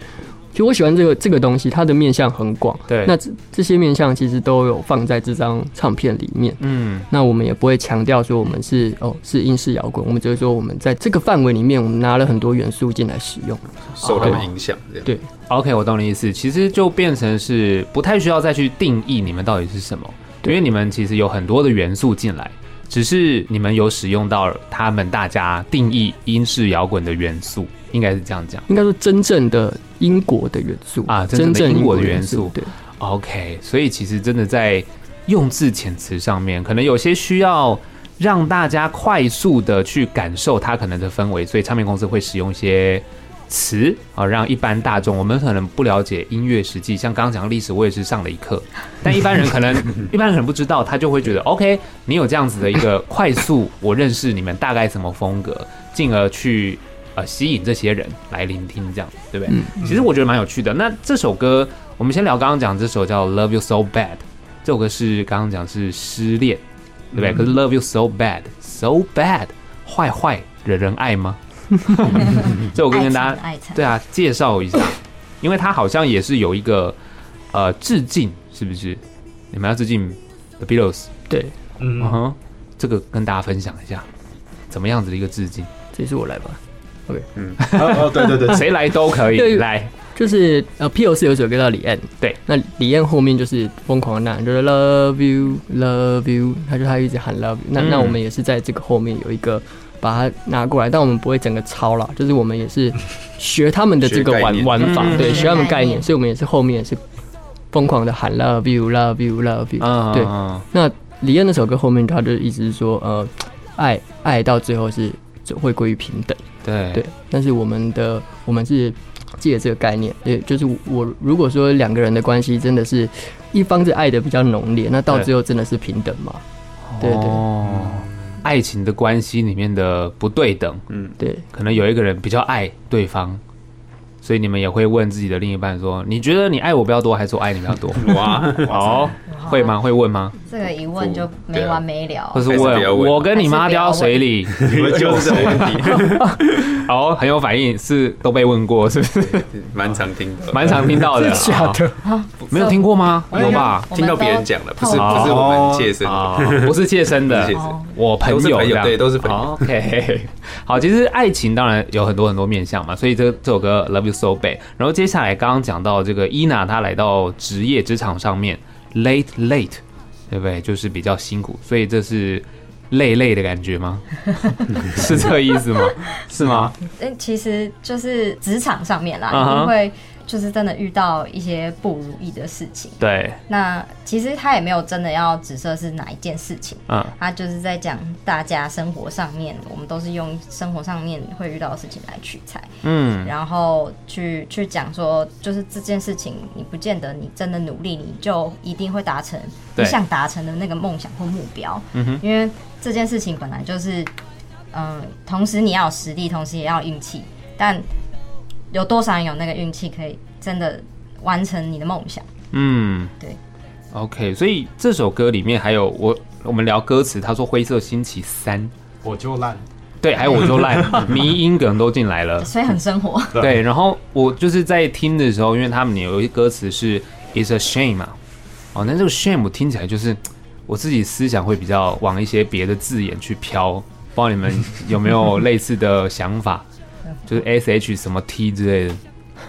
[SPEAKER 6] 其实我喜欢这个这个东西，它的面向很广，
[SPEAKER 3] 对，
[SPEAKER 6] 那这这些面向其实都有放在这张唱片里面。
[SPEAKER 3] 嗯
[SPEAKER 6] 那我们也不会强调说我们是哦是英式摇滚，我们只是说我们在这个范围里面，我们拿了很多元素进来使用。
[SPEAKER 7] 受他们影响这样。
[SPEAKER 6] 对
[SPEAKER 3] OK，我懂你的意思。其实就变成是不太需要再去定义你们到底是什么，因
[SPEAKER 6] 对
[SPEAKER 3] 为你们其实有很多的元素进来，只是你们有使用到他们大家定义英式摇滚的元素，应该是这样讲。
[SPEAKER 6] 应该说真正的英国的元素
[SPEAKER 3] 啊真正
[SPEAKER 6] 真
[SPEAKER 3] 的
[SPEAKER 6] 正
[SPEAKER 3] 英国的
[SPEAKER 6] 的
[SPEAKER 3] 元素
[SPEAKER 6] 素，对，
[SPEAKER 3] OK，所以其实真的在用字遣词上面，可能有些需要让大家快速的去感受它可能的氛围，所以唱片公司会使用一些词啊，让一般大众我们可能不了解音乐实际，像刚刚讲的历史，我也是上了一课，但一般人可能 (laughs) 一般人可能不知道，他就会觉得 OK，你有这样子的一个快速，我认识你们大概什么风格，进而去。呃，吸引这些人来聆听，这样对不对？其实我觉得蛮有趣的。那这首歌，我们先聊刚刚讲这首叫《Love You So Bad》，这首歌是刚刚讲是失恋，对不对？可是《Love You So Bad》，So Bad，坏坏惹人爱吗？这首歌跟大家
[SPEAKER 5] 爱惨
[SPEAKER 3] 对啊介绍一下，因为它好像也是有一个呃致敬，是不是？你们要致敬 The Beatles，
[SPEAKER 6] 对，
[SPEAKER 4] 嗯
[SPEAKER 3] 嗯哼，这个跟大家分享一下，怎么样子的一个致敬，
[SPEAKER 6] 这是我来吧。
[SPEAKER 4] 哦哦对对对，
[SPEAKER 3] 谁来都可以
[SPEAKER 6] 对
[SPEAKER 3] 来，
[SPEAKER 6] 就是呃 p o 是有一首歌叫李安，
[SPEAKER 3] 对，
[SPEAKER 6] 那李安后面就是疯狂的呐喊，就是 Love you, Love you，他就他一直喊 Love you 那。那、
[SPEAKER 3] 嗯
[SPEAKER 6] 我们也是在这个后面有一个把它拿过来，但我们不会整个抄啦，就是我们也是学他们的这个
[SPEAKER 7] 学概
[SPEAKER 6] 玩
[SPEAKER 7] 念
[SPEAKER 6] 玩法，
[SPEAKER 3] 嗯
[SPEAKER 6] 对，学他们概
[SPEAKER 5] 概
[SPEAKER 6] 念，
[SPEAKER 5] 念
[SPEAKER 6] 所以我们也是后面也是疯狂的喊 Love you, Love you, Love you。
[SPEAKER 3] 嗯，
[SPEAKER 6] 对
[SPEAKER 3] 嗯
[SPEAKER 6] 那李安那首歌后面他就一直说呃，爱爱到最后是就会归于平等。
[SPEAKER 3] 对
[SPEAKER 6] 对，但是我们的我们是借这个概念，也就是我如果说两个人的关系真的是一方是爱的比较浓烈，那到
[SPEAKER 3] 对
[SPEAKER 6] 最后真的是平等嘛？对对
[SPEAKER 3] 哦，爱情的关系里面的不对等，
[SPEAKER 6] 对，
[SPEAKER 3] 可能有一个人比较爱对方，所以你们也会问自己的另一半说：“你觉得你爱我比较多，还是我爱你比较多
[SPEAKER 7] 哇，？”
[SPEAKER 3] 哦，会吗？会问吗？
[SPEAKER 5] 这个一问就没完没了
[SPEAKER 3] 或。是
[SPEAKER 7] 还是不要
[SPEAKER 3] 问
[SPEAKER 7] 问
[SPEAKER 3] 我跟你妈掉到水里，
[SPEAKER 7] 你们就是这个问题，
[SPEAKER 3] (laughs) 哦，很有反应，是都被问过，是不是？
[SPEAKER 7] (laughs) 蛮常听的，
[SPEAKER 3] 蛮常听
[SPEAKER 6] (laughs)
[SPEAKER 3] 到的，啊
[SPEAKER 6] 假的，哎
[SPEAKER 3] 没有听过吗？
[SPEAKER 5] 我
[SPEAKER 3] 有吧？
[SPEAKER 5] 我们
[SPEAKER 7] 听到
[SPEAKER 5] 都
[SPEAKER 7] 别人讲了，不是
[SPEAKER 3] 哦
[SPEAKER 7] 不是我们切身
[SPEAKER 3] 啊
[SPEAKER 7] 的，，
[SPEAKER 3] 不是切身的
[SPEAKER 7] 不是切身，
[SPEAKER 3] 我朋友
[SPEAKER 7] 都是朋友
[SPEAKER 3] 这样哦
[SPEAKER 7] 对都是朋友
[SPEAKER 3] OK，好， (laughs) 其实爱情当然有很多很多面向嘛，所以这这首歌《Love You So Bad》，然后接下来刚刚讲到这个伊娜，她来到职业职场上面，late late，对不对？就是比较辛苦，所以这是累累的感觉
[SPEAKER 6] (laughs)
[SPEAKER 3] 吗？是这个意思吗？是吗？
[SPEAKER 5] 但哎其实就是职场上面啦，
[SPEAKER 3] 嗯哼
[SPEAKER 5] 一定会就是真的遇到一些不如意的事情。
[SPEAKER 3] 对，
[SPEAKER 5] 那其实他也没有真的要指涉是哪一件事情，
[SPEAKER 3] 嗯，
[SPEAKER 5] 他就是在讲大家生活上面，我们都是用生活上面会遇到的事情来取材，
[SPEAKER 3] 嗯，
[SPEAKER 5] 然后去去讲说，就是这件事情，你不见得你真的努力，你就一定会达成
[SPEAKER 3] 对
[SPEAKER 5] 你想达成的那个梦想或目标，
[SPEAKER 3] 嗯哼
[SPEAKER 5] 因为这件事情本来就是，嗯，同时你要有实力，同时也要有运气，但有多少人有那个运气可以真的完成你的梦想？
[SPEAKER 3] 嗯，
[SPEAKER 5] 对。
[SPEAKER 3] OK，所以这首歌里面还有我，我们聊歌词，他说灰色星期三，
[SPEAKER 8] 我就烂，
[SPEAKER 3] 对，还有我
[SPEAKER 8] (laughs)
[SPEAKER 3] 就烂，迷音梗都进来了。
[SPEAKER 5] 所以很生活，
[SPEAKER 3] 对，然后我就是在听的时候，因为他们有一歌词是 "It's a shame" 嘛，哦，那这个 shame 我听起来就是我自己思想会比较往一些别的字眼去飘，不知道你们有没有类似的想法，就是 S H 什么 T 之类的，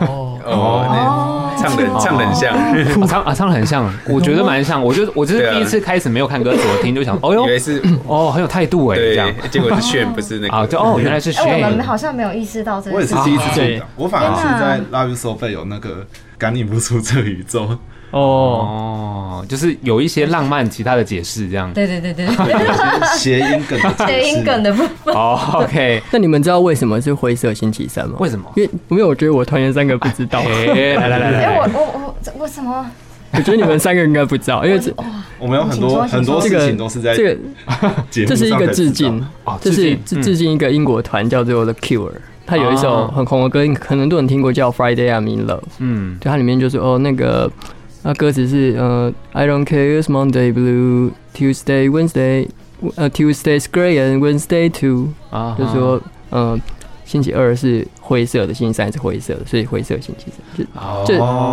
[SPEAKER 6] 哦，
[SPEAKER 7] 哦，那唱的唱的很像， (laughs)
[SPEAKER 3] 啊唱啊唱的很像，我觉得蛮像，我就我就
[SPEAKER 7] 对
[SPEAKER 3] 是
[SPEAKER 7] 啊
[SPEAKER 3] 第一次开始没有看歌词，我听就想，哦
[SPEAKER 7] 以
[SPEAKER 3] 哟，
[SPEAKER 7] 为是
[SPEAKER 3] 哦，很有态度哎，这样
[SPEAKER 7] 对，结果是炫，不是那
[SPEAKER 3] 啊，
[SPEAKER 7] 个
[SPEAKER 3] 就哦，原来是
[SPEAKER 5] 哎、我们
[SPEAKER 3] shame，
[SPEAKER 5] 好像没有意识到这
[SPEAKER 4] 我
[SPEAKER 5] 个
[SPEAKER 4] 也
[SPEAKER 5] 事
[SPEAKER 4] 是
[SPEAKER 5] 情。
[SPEAKER 4] 第一次
[SPEAKER 6] 对
[SPEAKER 4] 听到，我反而是在
[SPEAKER 5] 天
[SPEAKER 4] 《Love You So Bad》有那个感染不出这宇宙， (laughs)
[SPEAKER 6] 哦，
[SPEAKER 3] 哦，就是有一些浪漫其他的解释这样。
[SPEAKER 5] 对对对对对，
[SPEAKER 4] 谐音梗的解释
[SPEAKER 5] (laughs) 谐音梗的部分。
[SPEAKER 3] 哦，OK，
[SPEAKER 6] 那你们知道为什么是灰色星期三吗？
[SPEAKER 3] 为什么？
[SPEAKER 6] (laughs) 因为因为我觉得我团员三个不知道，
[SPEAKER 3] 哎、来来来
[SPEAKER 5] 哎、
[SPEAKER 3] 来
[SPEAKER 5] 我
[SPEAKER 3] 来，
[SPEAKER 5] 我我这为什么？
[SPEAKER 6] (laughs) 我觉得你们三个应该不知道，因为这
[SPEAKER 4] 我们有很多
[SPEAKER 5] 请
[SPEAKER 4] 很
[SPEAKER 5] 说
[SPEAKER 4] 多
[SPEAKER 6] 这
[SPEAKER 4] 事
[SPEAKER 6] 个
[SPEAKER 4] 情都是 (laughs) 在
[SPEAKER 6] 这个
[SPEAKER 4] 节目
[SPEAKER 6] 这是一
[SPEAKER 4] 上
[SPEAKER 6] 个
[SPEAKER 4] 才知
[SPEAKER 6] 致
[SPEAKER 4] 道
[SPEAKER 6] 敬，
[SPEAKER 3] 哦
[SPEAKER 6] 这
[SPEAKER 3] 致
[SPEAKER 6] 是
[SPEAKER 3] 敬
[SPEAKER 6] 致
[SPEAKER 3] 嗯
[SPEAKER 6] 致敬一个英国团叫做 The Cure，它有一首
[SPEAKER 3] 啊
[SPEAKER 6] 很红的歌，可能很多人听过叫 Friday I'm in Love，
[SPEAKER 3] 嗯，
[SPEAKER 6] 对，它里面就是哦那个。那歌词是呃，I don't care it's Monday blue, Tuesday, Wednesday，呃，Tuesday's grey and Wednesday too，
[SPEAKER 3] 啊
[SPEAKER 6] 就是说，嗯、星期二是灰色的，星期三是灰色的，所以灰色星期三。
[SPEAKER 3] 哦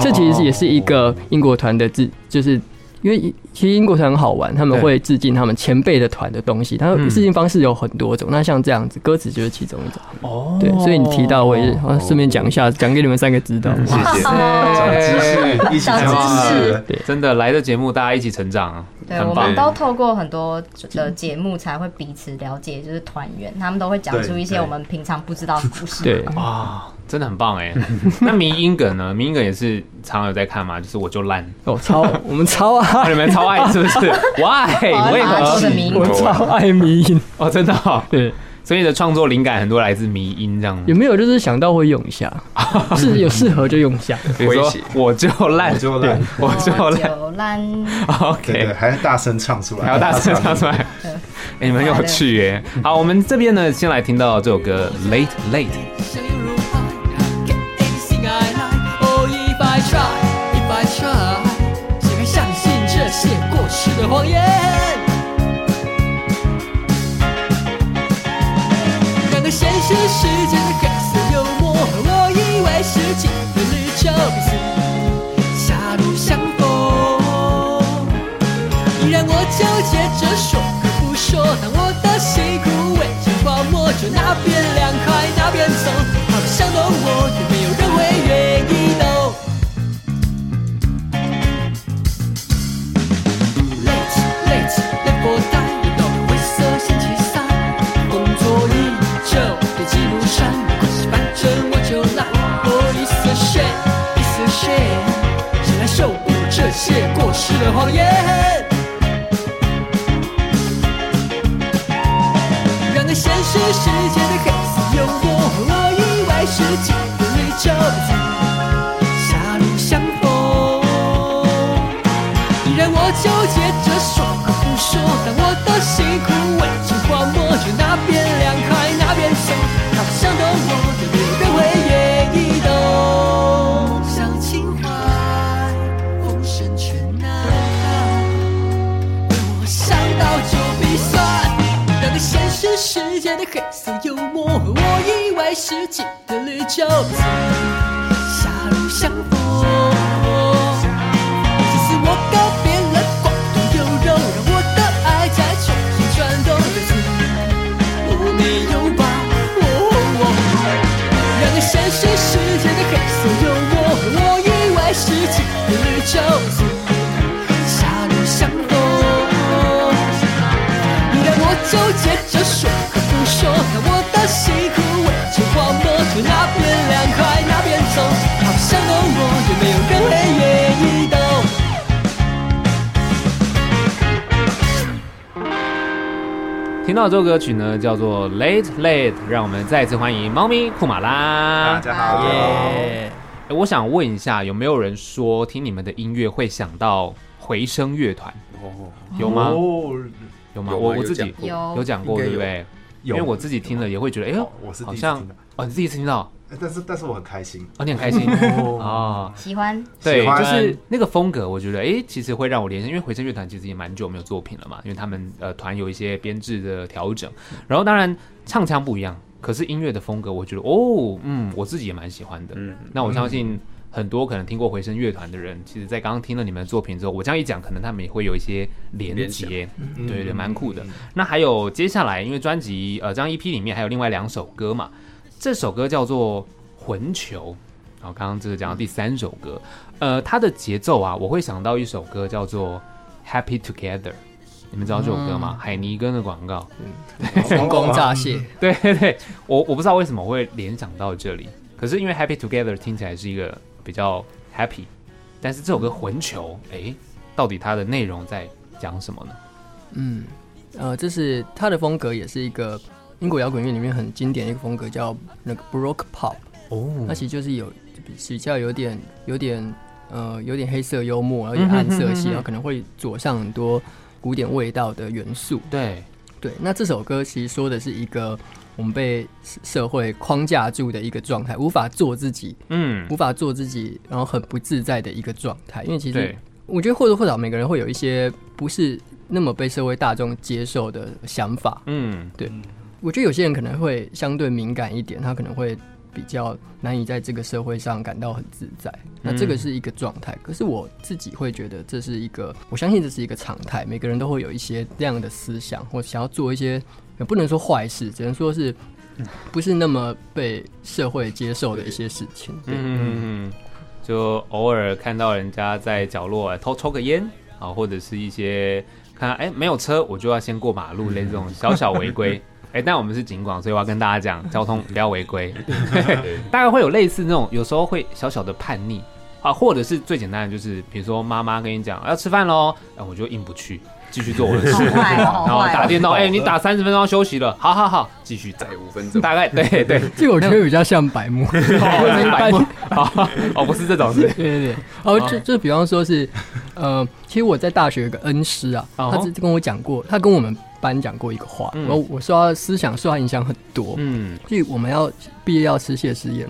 [SPEAKER 6] 这这这其实也是一个英国团的致，就是因为其实英国团很好玩，他们
[SPEAKER 3] 对
[SPEAKER 6] 会致敬他们前辈的团的东西，他
[SPEAKER 3] 嗯
[SPEAKER 6] 们致敬方式有很多种。那像这样子，歌词就是其中一种。
[SPEAKER 3] 哦
[SPEAKER 6] 对，所以你提到我也是，啊顺便讲一下，讲给你们三个知
[SPEAKER 3] 嗯
[SPEAKER 6] 道。
[SPEAKER 4] 谢
[SPEAKER 3] 哎
[SPEAKER 4] 谢。
[SPEAKER 5] 哦
[SPEAKER 4] 知识，一起
[SPEAKER 5] 长
[SPEAKER 4] 长
[SPEAKER 5] 知识
[SPEAKER 4] 识。
[SPEAKER 3] 真的来的节目，大家一起成长，
[SPEAKER 5] 对，
[SPEAKER 3] 很
[SPEAKER 5] 我
[SPEAKER 3] 棒
[SPEAKER 5] 们。都透过很多的节目才会彼此了解，就是团员，他们都会讲出一些
[SPEAKER 4] 对
[SPEAKER 5] 我们平常不知道的故事。
[SPEAKER 6] 对，
[SPEAKER 3] 哇，真的很棒哎！那迷音梗呢？迷音梗也是常有在看嘛，就是我就烂，
[SPEAKER 6] 哦，
[SPEAKER 3] (laughs)
[SPEAKER 6] 超我们超
[SPEAKER 3] 啊
[SPEAKER 6] 爱，
[SPEAKER 3] 你们超爱是不是？Why？
[SPEAKER 5] 好
[SPEAKER 3] 为
[SPEAKER 5] 把它
[SPEAKER 3] 何
[SPEAKER 5] 做？成迷
[SPEAKER 6] 我超爱迷音。
[SPEAKER 3] 哦，真的哦，
[SPEAKER 6] 对，
[SPEAKER 3] 所以你的创作灵感很多来自迷音这样。
[SPEAKER 6] 有没有就是想到会用一
[SPEAKER 3] (laughs)
[SPEAKER 6] 下？是有适合就用一下。
[SPEAKER 3] 比如说
[SPEAKER 7] 诙谐
[SPEAKER 3] 我就烂，
[SPEAKER 4] (laughs) 我就
[SPEAKER 6] (laughs)
[SPEAKER 4] 烂，
[SPEAKER 3] 我就烂。
[SPEAKER 5] 九烂，
[SPEAKER 4] 对对，
[SPEAKER 3] OK，
[SPEAKER 4] 还大声唱出来，
[SPEAKER 3] 还要大声唱出来。
[SPEAKER 5] 对
[SPEAKER 3] 哎、你们有趣耶！好，我们这边呢，先来听到这首歌《Late Late》。
[SPEAKER 9] 想要老派，给你是爱赖。Oh, if I try, if I try，谁会相信这些过时的谎言？两个现实世界的黑色幽默，我以为是情的绿洲，彼此狭路相逢。你让我纠结着说和不说，当我的心枯萎成泡沫，就那边凉快那边走，好像懂我，也没有人会愿意懂。Late late 的波带，又到了灰色星期三，工作依旧堆积如山，没关系，反正我就来。Oh, it's a shame, it's a shame，谁来受补这些过时的谎言？让那现实世界的黑色幽默，我以为是情的绿洲，狭路相逢。你让我纠结着说和不说，当我的心枯萎成荒漠，就那边凉快那边走，好像懂我，有没有人会愿意懂？像情怀，红绳圈难看，为世界的黑色幽默，和我意外拾起的绿胶子，狭路相逢。这次我告别了广东优柔，让我的爱在全身转动。这次我没有把握。两个现实世界的黑色幽默，和我意外拾起的绿胶子，狭路相逢。你让我纠结着说和不说，看我的辛苦围着荒漠，可那边凉快那边走，好像恶魔，也没有人会愿意懂。
[SPEAKER 3] 听到这首歌曲呢，叫做《Late Late》，让我们再次欢迎猫咪库马拉
[SPEAKER 4] 大。家好，
[SPEAKER 6] 耶、
[SPEAKER 3] 诶我想问一下，有没有人说听你们的音乐会想到回声乐团？有吗？
[SPEAKER 4] 哦，
[SPEAKER 3] 有吗？我
[SPEAKER 7] 有吗
[SPEAKER 3] 我
[SPEAKER 7] 有
[SPEAKER 3] 自己
[SPEAKER 7] 讲
[SPEAKER 5] 过有
[SPEAKER 3] 有讲过，
[SPEAKER 7] 应该
[SPEAKER 3] 对不
[SPEAKER 7] 有
[SPEAKER 3] 对？因
[SPEAKER 4] 有
[SPEAKER 3] 为我自己听了也会觉得，哎呦
[SPEAKER 4] 哦，我是
[SPEAKER 3] 好
[SPEAKER 4] 第一次
[SPEAKER 3] 像
[SPEAKER 4] 听的
[SPEAKER 3] 哦，你第一次听到，
[SPEAKER 4] 哎但是但是我很开心
[SPEAKER 3] 哦，你很开
[SPEAKER 4] (laughs)
[SPEAKER 3] 心
[SPEAKER 4] 哦，
[SPEAKER 3] 哦。
[SPEAKER 5] 喜欢
[SPEAKER 3] 对，
[SPEAKER 4] 喜欢
[SPEAKER 3] 就是那个风格，我觉得哎、诶其实会让我联想，因为回声乐团其实也蛮久没有作品了嘛，因为他们呃团有一些编制的调整，然后当然唱腔不一样，可是音乐的风格，我觉得哦，嗯，我自己也蛮喜欢的。嗯
[SPEAKER 7] 嗯，
[SPEAKER 3] 那我相信很多可能听过回声乐团的人，其实在刚刚听了你们的作品之后，我这样一讲，可能他们也会有一些连
[SPEAKER 7] 联想
[SPEAKER 3] 结，对对，蛮酷的。那还有接下来，因为专辑呃这张 EP 里面还有另外两首歌嘛，这首歌叫做《魂球》，然后刚刚这是讲到第三首歌，呃，它的节奏啊，我会想到一首歌叫做《Happy Together》，你们知道这首歌吗？海尼根的广告， (laughs)
[SPEAKER 6] 神光乍泄，
[SPEAKER 3] 对对对，我我不知道为什么会联想到这里，可是因为 Happy Together 听起来是一个比较 happy，但是这首歌《魂球》，哎，到底它的内容在讲什么呢？
[SPEAKER 6] 嗯，呃，这是他的风格，也是一个英国摇滚乐里面很经典的一个风格，叫那个 baroque pop。
[SPEAKER 3] 哦，
[SPEAKER 6] 它其实就是有比较有点有点呃有点黑色幽默，有点暗色
[SPEAKER 3] 嗯哼哼哼
[SPEAKER 6] 系，
[SPEAKER 3] 哼
[SPEAKER 6] 然后可能会佐上很多古典味道的元素。
[SPEAKER 3] 对，
[SPEAKER 6] 对，那这首歌其实说的是一个我们被社社会框架住的一个状态，无法做自己，
[SPEAKER 3] 嗯
[SPEAKER 6] 无，法做自己，然后很不自在的一个状态。因为其实
[SPEAKER 3] 对
[SPEAKER 6] 我觉得或多或少每个人会有一些不是那么被社会大众接受的想法，
[SPEAKER 3] 嗯，
[SPEAKER 6] 我觉得有些人可能会相对敏感一点，他可能会比较难以在这个社会上感到很自在。那这
[SPEAKER 3] 嗯
[SPEAKER 6] 个是一个状态，可是我自己会觉得这是一个，我相信这是一个常态，每个人都会有一些这样的思想，或想要做一些，也不能说坏事，只能说是。
[SPEAKER 3] 嗯
[SPEAKER 6] 不是那么被社会接受的一些事情，对，
[SPEAKER 3] 嗯，就偶尔看到人家在角落偷抽个烟啊，或者是一些看哎没有车，我就要先过马路类似这种小小违规。哎，但我们是警广，所以我要跟大家讲，交通不要违规。大概会有类似那种，有时候会小小的叛逆啊，或者是最简单的就是，比如说妈妈跟你讲要吃饭喽，哎，我就硬不去，继续做我的事 (laughs)
[SPEAKER 5] 好，坏哦，
[SPEAKER 3] 然
[SPEAKER 5] 好
[SPEAKER 3] 后
[SPEAKER 5] 坏
[SPEAKER 3] 打
[SPEAKER 5] 哦。
[SPEAKER 3] 电动，哎，你打三十分钟要休息了，好好好，继续打
[SPEAKER 7] 在。五分钟，
[SPEAKER 3] 大概对对，
[SPEAKER 6] 这个我觉得比较像白目，
[SPEAKER 3] (laughs) 哦，是白目，好哦，不是这种事，
[SPEAKER 6] 对对对，哦，就就比方说是，呃，其实我在大学有个恩师啊，
[SPEAKER 3] 哦
[SPEAKER 6] 他只跟我讲过，他跟我们班讲过一个话，
[SPEAKER 3] 嗯
[SPEAKER 6] 然后我受他的思想受他影响很多，
[SPEAKER 3] 嗯。
[SPEAKER 6] 所以我们要毕业要吃谢师宴。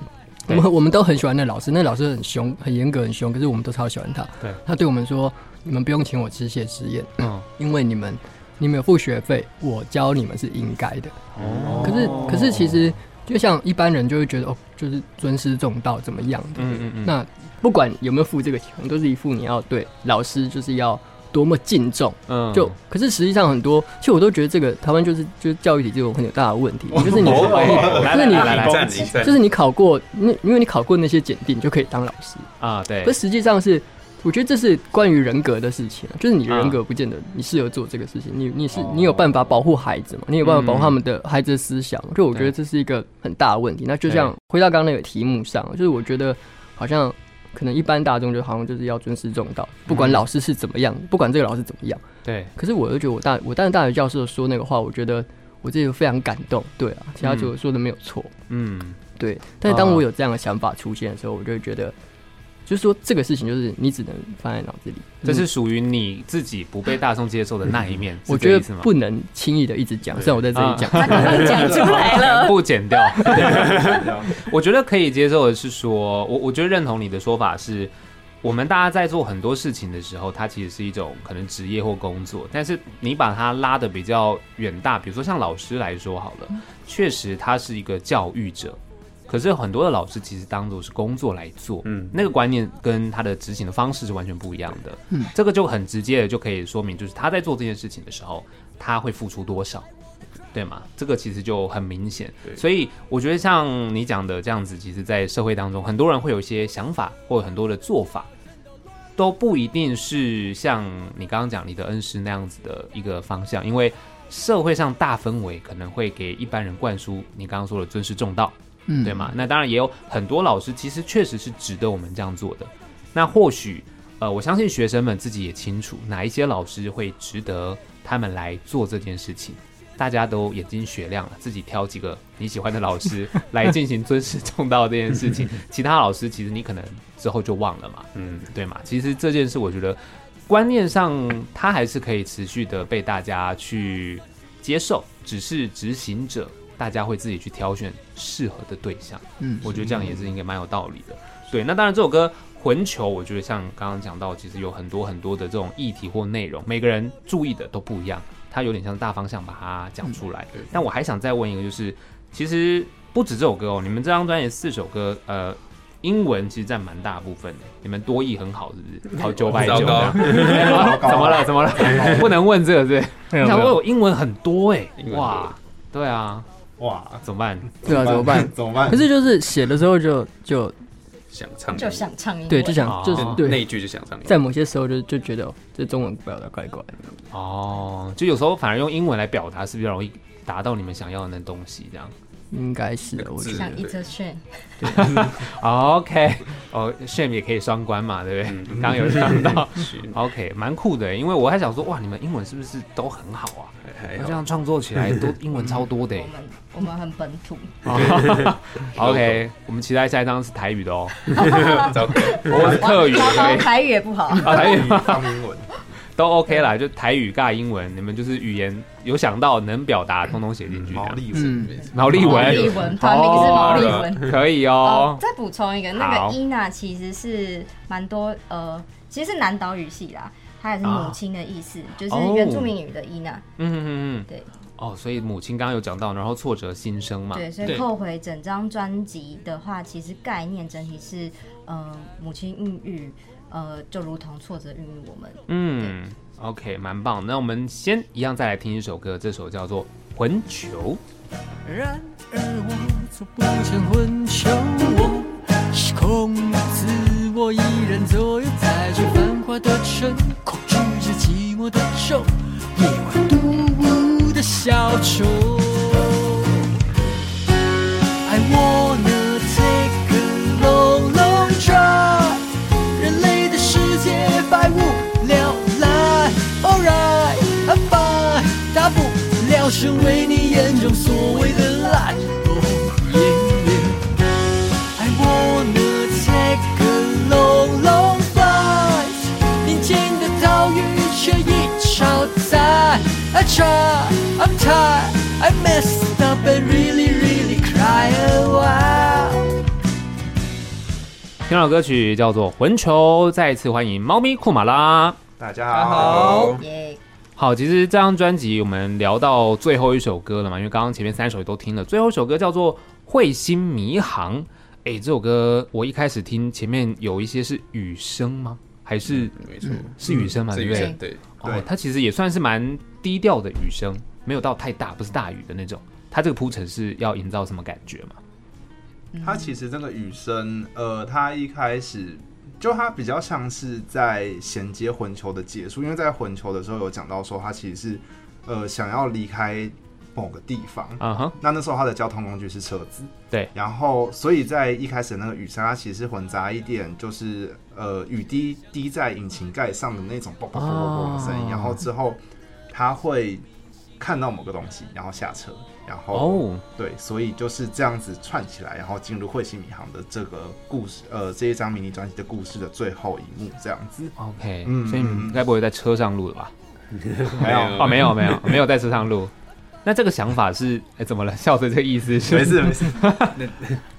[SPEAKER 6] 我
[SPEAKER 3] 对
[SPEAKER 6] 们我们都很喜欢那老师，那老师很凶，很严格，很凶，可是我们都超喜欢他。
[SPEAKER 3] 对，
[SPEAKER 6] 他对我们说：“你们不用请我吃谢师宴，
[SPEAKER 3] 嗯
[SPEAKER 6] 因为你们你们有付学费，我教你们是应该的。”
[SPEAKER 3] 哦
[SPEAKER 6] 可是可是其实就像一般人就会觉得哦，就是尊师重道怎么样的，
[SPEAKER 3] 嗯嗯嗯
[SPEAKER 6] 那不管有没有付这个钱，都是一副你要对老师就是要多么敬重。
[SPEAKER 3] 嗯
[SPEAKER 6] 就、可是实际上很多，其实我都觉得这个台湾就是就是教育体制有很有大的问
[SPEAKER 3] (laughs)
[SPEAKER 6] 题，就是你
[SPEAKER 3] 哦来来来来来
[SPEAKER 7] 暂停暂
[SPEAKER 6] 就
[SPEAKER 7] 停，
[SPEAKER 6] 是你考过，那因为你考过那些检定，你就可以当老师。
[SPEAKER 3] 啊，对
[SPEAKER 6] 可，实际上是，我觉得这是关于人格的事情啊，就是你的人格不见得你适合做这个事情，你你是你有办法保护孩子嘛？你有办法保护他们的孩子的思想？就我觉得这是一个很大的问题。那就像回到刚刚那个题目上，就是我觉得好像可能一般大众就好像就是要尊师重道，不管老师是怎么样，不管这个老师怎么样。
[SPEAKER 3] 对，
[SPEAKER 6] 可是我又觉得我大我当大学教授说那个话，我觉得我自己非常感动。对啊，其他
[SPEAKER 3] 嗯
[SPEAKER 6] 就说的没有错。
[SPEAKER 3] 嗯，
[SPEAKER 6] 对，但是当
[SPEAKER 3] 啊
[SPEAKER 6] 我有这样的想法出现的时候，我就会觉得，就是说这个事情就是你只能放在脑子里，嗯
[SPEAKER 3] 这
[SPEAKER 6] 就是
[SPEAKER 3] 属于你自己不被大众接受的那一面，
[SPEAKER 6] 我
[SPEAKER 3] 是这个
[SPEAKER 6] 觉
[SPEAKER 3] 意思
[SPEAKER 6] 得
[SPEAKER 3] 吗啊
[SPEAKER 6] 不能轻易的一直讲，虽然我在这里讲，
[SPEAKER 5] 他刚刚讲出来了，
[SPEAKER 3] 不剪掉。我觉得可以接受的是说，我我觉得认同你的说法是，我们大家在做很多事情的时候，它其实是一种可能职业或工作，但是你把它拉的比较远大，比如说像老师来说好了，确实他是一个教育者，可是很多的老师其实当做是工作来做，嗯
[SPEAKER 7] 嗯，
[SPEAKER 3] 那个观念跟他的执行的方式是完全不一样的，嗯，这个就很直接的就可以说明，就是他在做这件事情的时候，他会付出多少。对吗？这个其实就很明显，所以我觉得像你讲的这样子，其实，在社会当中，很多人会有一些想法或者很多的做法，都不一定是像你刚刚讲你的恩师那样子的一个方向，因为社会上大氛围可能会给一般人灌输你刚刚说的尊师重道，
[SPEAKER 6] 嗯
[SPEAKER 3] 对吗？那当然也有很多老师其实确实是值得我们这样做的。那或许呃，我相信学生们自己也清楚哪一些老师会值得他们来做这件事情。大家都眼睛雪亮了，自己挑几个你喜欢的老师来进行尊师重道这件事情。其他老师其实你可能之后就忘了嘛，嗯，对嘛。其实这件事我觉得观念上它还是可以持续的被大家去接受，只是执行者大家会自己去挑选适合的对象。
[SPEAKER 6] 嗯
[SPEAKER 3] 我觉得这样也是应该蛮有道理的。对，那当然这首歌《混球》，我觉得像刚刚讲到，其实有很多很多的这种议题或内容，每个人注意的都不一样，它有点像大方向把它讲出来。但我还想再问一个，就是其实不止这首歌哦，你们这张专辑四首歌，呃。英文其实占蛮大部分的，你们多译很好，是 (laughs) 不是？好九百九，
[SPEAKER 7] 糟
[SPEAKER 3] 怎
[SPEAKER 7] 糕
[SPEAKER 3] 么 (laughs) 了？怎么了？不能问这个，对不对？
[SPEAKER 6] 有
[SPEAKER 3] 想问我英文很多哎
[SPEAKER 7] 英文很，多
[SPEAKER 3] 哇，对啊，
[SPEAKER 4] 哇，
[SPEAKER 3] 怎么办？
[SPEAKER 6] 对啊，怎
[SPEAKER 3] (laughs)
[SPEAKER 6] 么办？
[SPEAKER 4] 怎么办？
[SPEAKER 6] 可是就是写的时候就就
[SPEAKER 7] 想唱
[SPEAKER 5] 就想唱英文，
[SPEAKER 6] 对，就想就是
[SPEAKER 3] 哦
[SPEAKER 7] 那
[SPEAKER 6] 对，
[SPEAKER 7] 一句就想唱，
[SPEAKER 6] 在某些时候就就觉得哦这中文表达怪怪的。
[SPEAKER 3] 哦，就有时候反而用英文来表达是比较容易达到你们想要的那东西，这样。
[SPEAKER 6] 应该是的，我觉得
[SPEAKER 7] 字
[SPEAKER 5] 像一则炫，
[SPEAKER 3] OK，哦，shame 也可以双关嘛，对不对？刚刚有讲 (laughs) 到，OK，蛮酷的，因为我还想说，哇，你们英文是不是都很好啊？
[SPEAKER 7] 还
[SPEAKER 3] 那这
[SPEAKER 7] 好
[SPEAKER 3] 样创作起来都英文超多 (laughs) 的耶欸
[SPEAKER 5] 我。们我们很本土，
[SPEAKER 3] (laughs) OK，我们期待下一张是台语的 (laughs) 哦，
[SPEAKER 7] (laughs) 糟糕，
[SPEAKER 3] 我是客语，
[SPEAKER 5] (laughs) 糟
[SPEAKER 3] 对
[SPEAKER 5] 糕，台语也不好，
[SPEAKER 3] 啊，台语
[SPEAKER 4] 当英文，
[SPEAKER 3] 都 OK 啦，就台语尬英文，你们就是语言有想到能表达，通通写进去这
[SPEAKER 4] 毛
[SPEAKER 3] 样。
[SPEAKER 4] 利文，
[SPEAKER 6] 嗯，
[SPEAKER 3] 毛利
[SPEAKER 5] 毛
[SPEAKER 3] 文，
[SPEAKER 5] 利文，团名是毛利文。
[SPEAKER 3] 可以
[SPEAKER 5] 哦
[SPEAKER 3] 哦，。
[SPEAKER 5] 再补充一个，那
[SPEAKER 3] 好
[SPEAKER 5] 个伊娜其实是蛮多呃，其实是南岛语系啦，它也是母亲的意思，就是
[SPEAKER 3] 哦
[SPEAKER 5] 原住民语的伊娜。
[SPEAKER 3] 嗯嗯嗯，嗯
[SPEAKER 5] 对
[SPEAKER 3] 哦，所以母亲刚刚有讲到，然后挫折新生嘛，
[SPEAKER 5] 对，所以
[SPEAKER 7] 对
[SPEAKER 5] 扣回整张专辑的话，其实概念整体是呃母亲孕育，呃就如同挫折孕育我们。
[SPEAKER 3] 嗯，OK，蛮棒。那我们先一样再来听一首歌，这首叫做《魂球
[SPEAKER 9] 然而我从不想混球，我失控的自我依然左右，在这繁华的城，恐惧着寂寞的愁，夜晚独舞的小丑。I wanna take a long long drive，人类的世界百无聊赖，Alright I'm fine，大不了成为你眼中所谓的烂。Oh yeah yeah，I wanna take a long long flight，宁静的岛屿却已超载。I try I'm tired I messed up and really really cry a while。》，
[SPEAKER 3] 听到歌曲叫做《魂球》，再次欢迎猫咪库马拉。
[SPEAKER 4] 大家
[SPEAKER 7] 好
[SPEAKER 4] 嗯
[SPEAKER 5] 耶、 (laughs)
[SPEAKER 3] 好，其实这张专辑我们聊到最后一首歌了嘛，因为刚刚前面三首也都听了，最后一首歌叫做《彗星迷航》。哎，这首歌我一开始听前面有一些是雨声吗？还是
[SPEAKER 7] 没错，
[SPEAKER 3] 是雨声嘛？
[SPEAKER 7] 嗯是
[SPEAKER 3] 对
[SPEAKER 7] 雨
[SPEAKER 3] 不对
[SPEAKER 7] 声，？对，
[SPEAKER 3] 哦
[SPEAKER 4] 对，
[SPEAKER 3] 它其实也算是蛮低调的雨声，没有到太大，不是大雨的那种。它这个铺陈是要营造什么感觉嘛？
[SPEAKER 4] 他其实这个雨声，呃，他一开始就他比较像是在衔接混球的结束，因为在混球的时候有讲到说他其实是呃想要离开某个地方，
[SPEAKER 3] 嗯哼，
[SPEAKER 4] 那那时候他的交通工具是车子，
[SPEAKER 3] 对
[SPEAKER 4] 然后所以在一开始那个雨声，它其实混杂一点就是呃雨滴滴在引擎盖上的那种啵啵啵啵啵的声音，
[SPEAKER 3] 哦
[SPEAKER 4] 然后之后他会看到某个东西，然后下车，然后
[SPEAKER 3] 哦，
[SPEAKER 4] 对，所以就是这样子串起来，然后进入《彗星迷航》的这个故事，呃，这一张迷你专辑的故事的最后一幕，这样子。
[SPEAKER 3] 哦 OK，、
[SPEAKER 4] 嗯
[SPEAKER 3] 所以你们该不会在车上录的吧？
[SPEAKER 4] 没有，
[SPEAKER 3] 哦，没有没有 (laughs) 没有在车上录。那这个想法是，哎，怎么了？笑着这个意思 (laughs) 是？
[SPEAKER 4] 没事没事，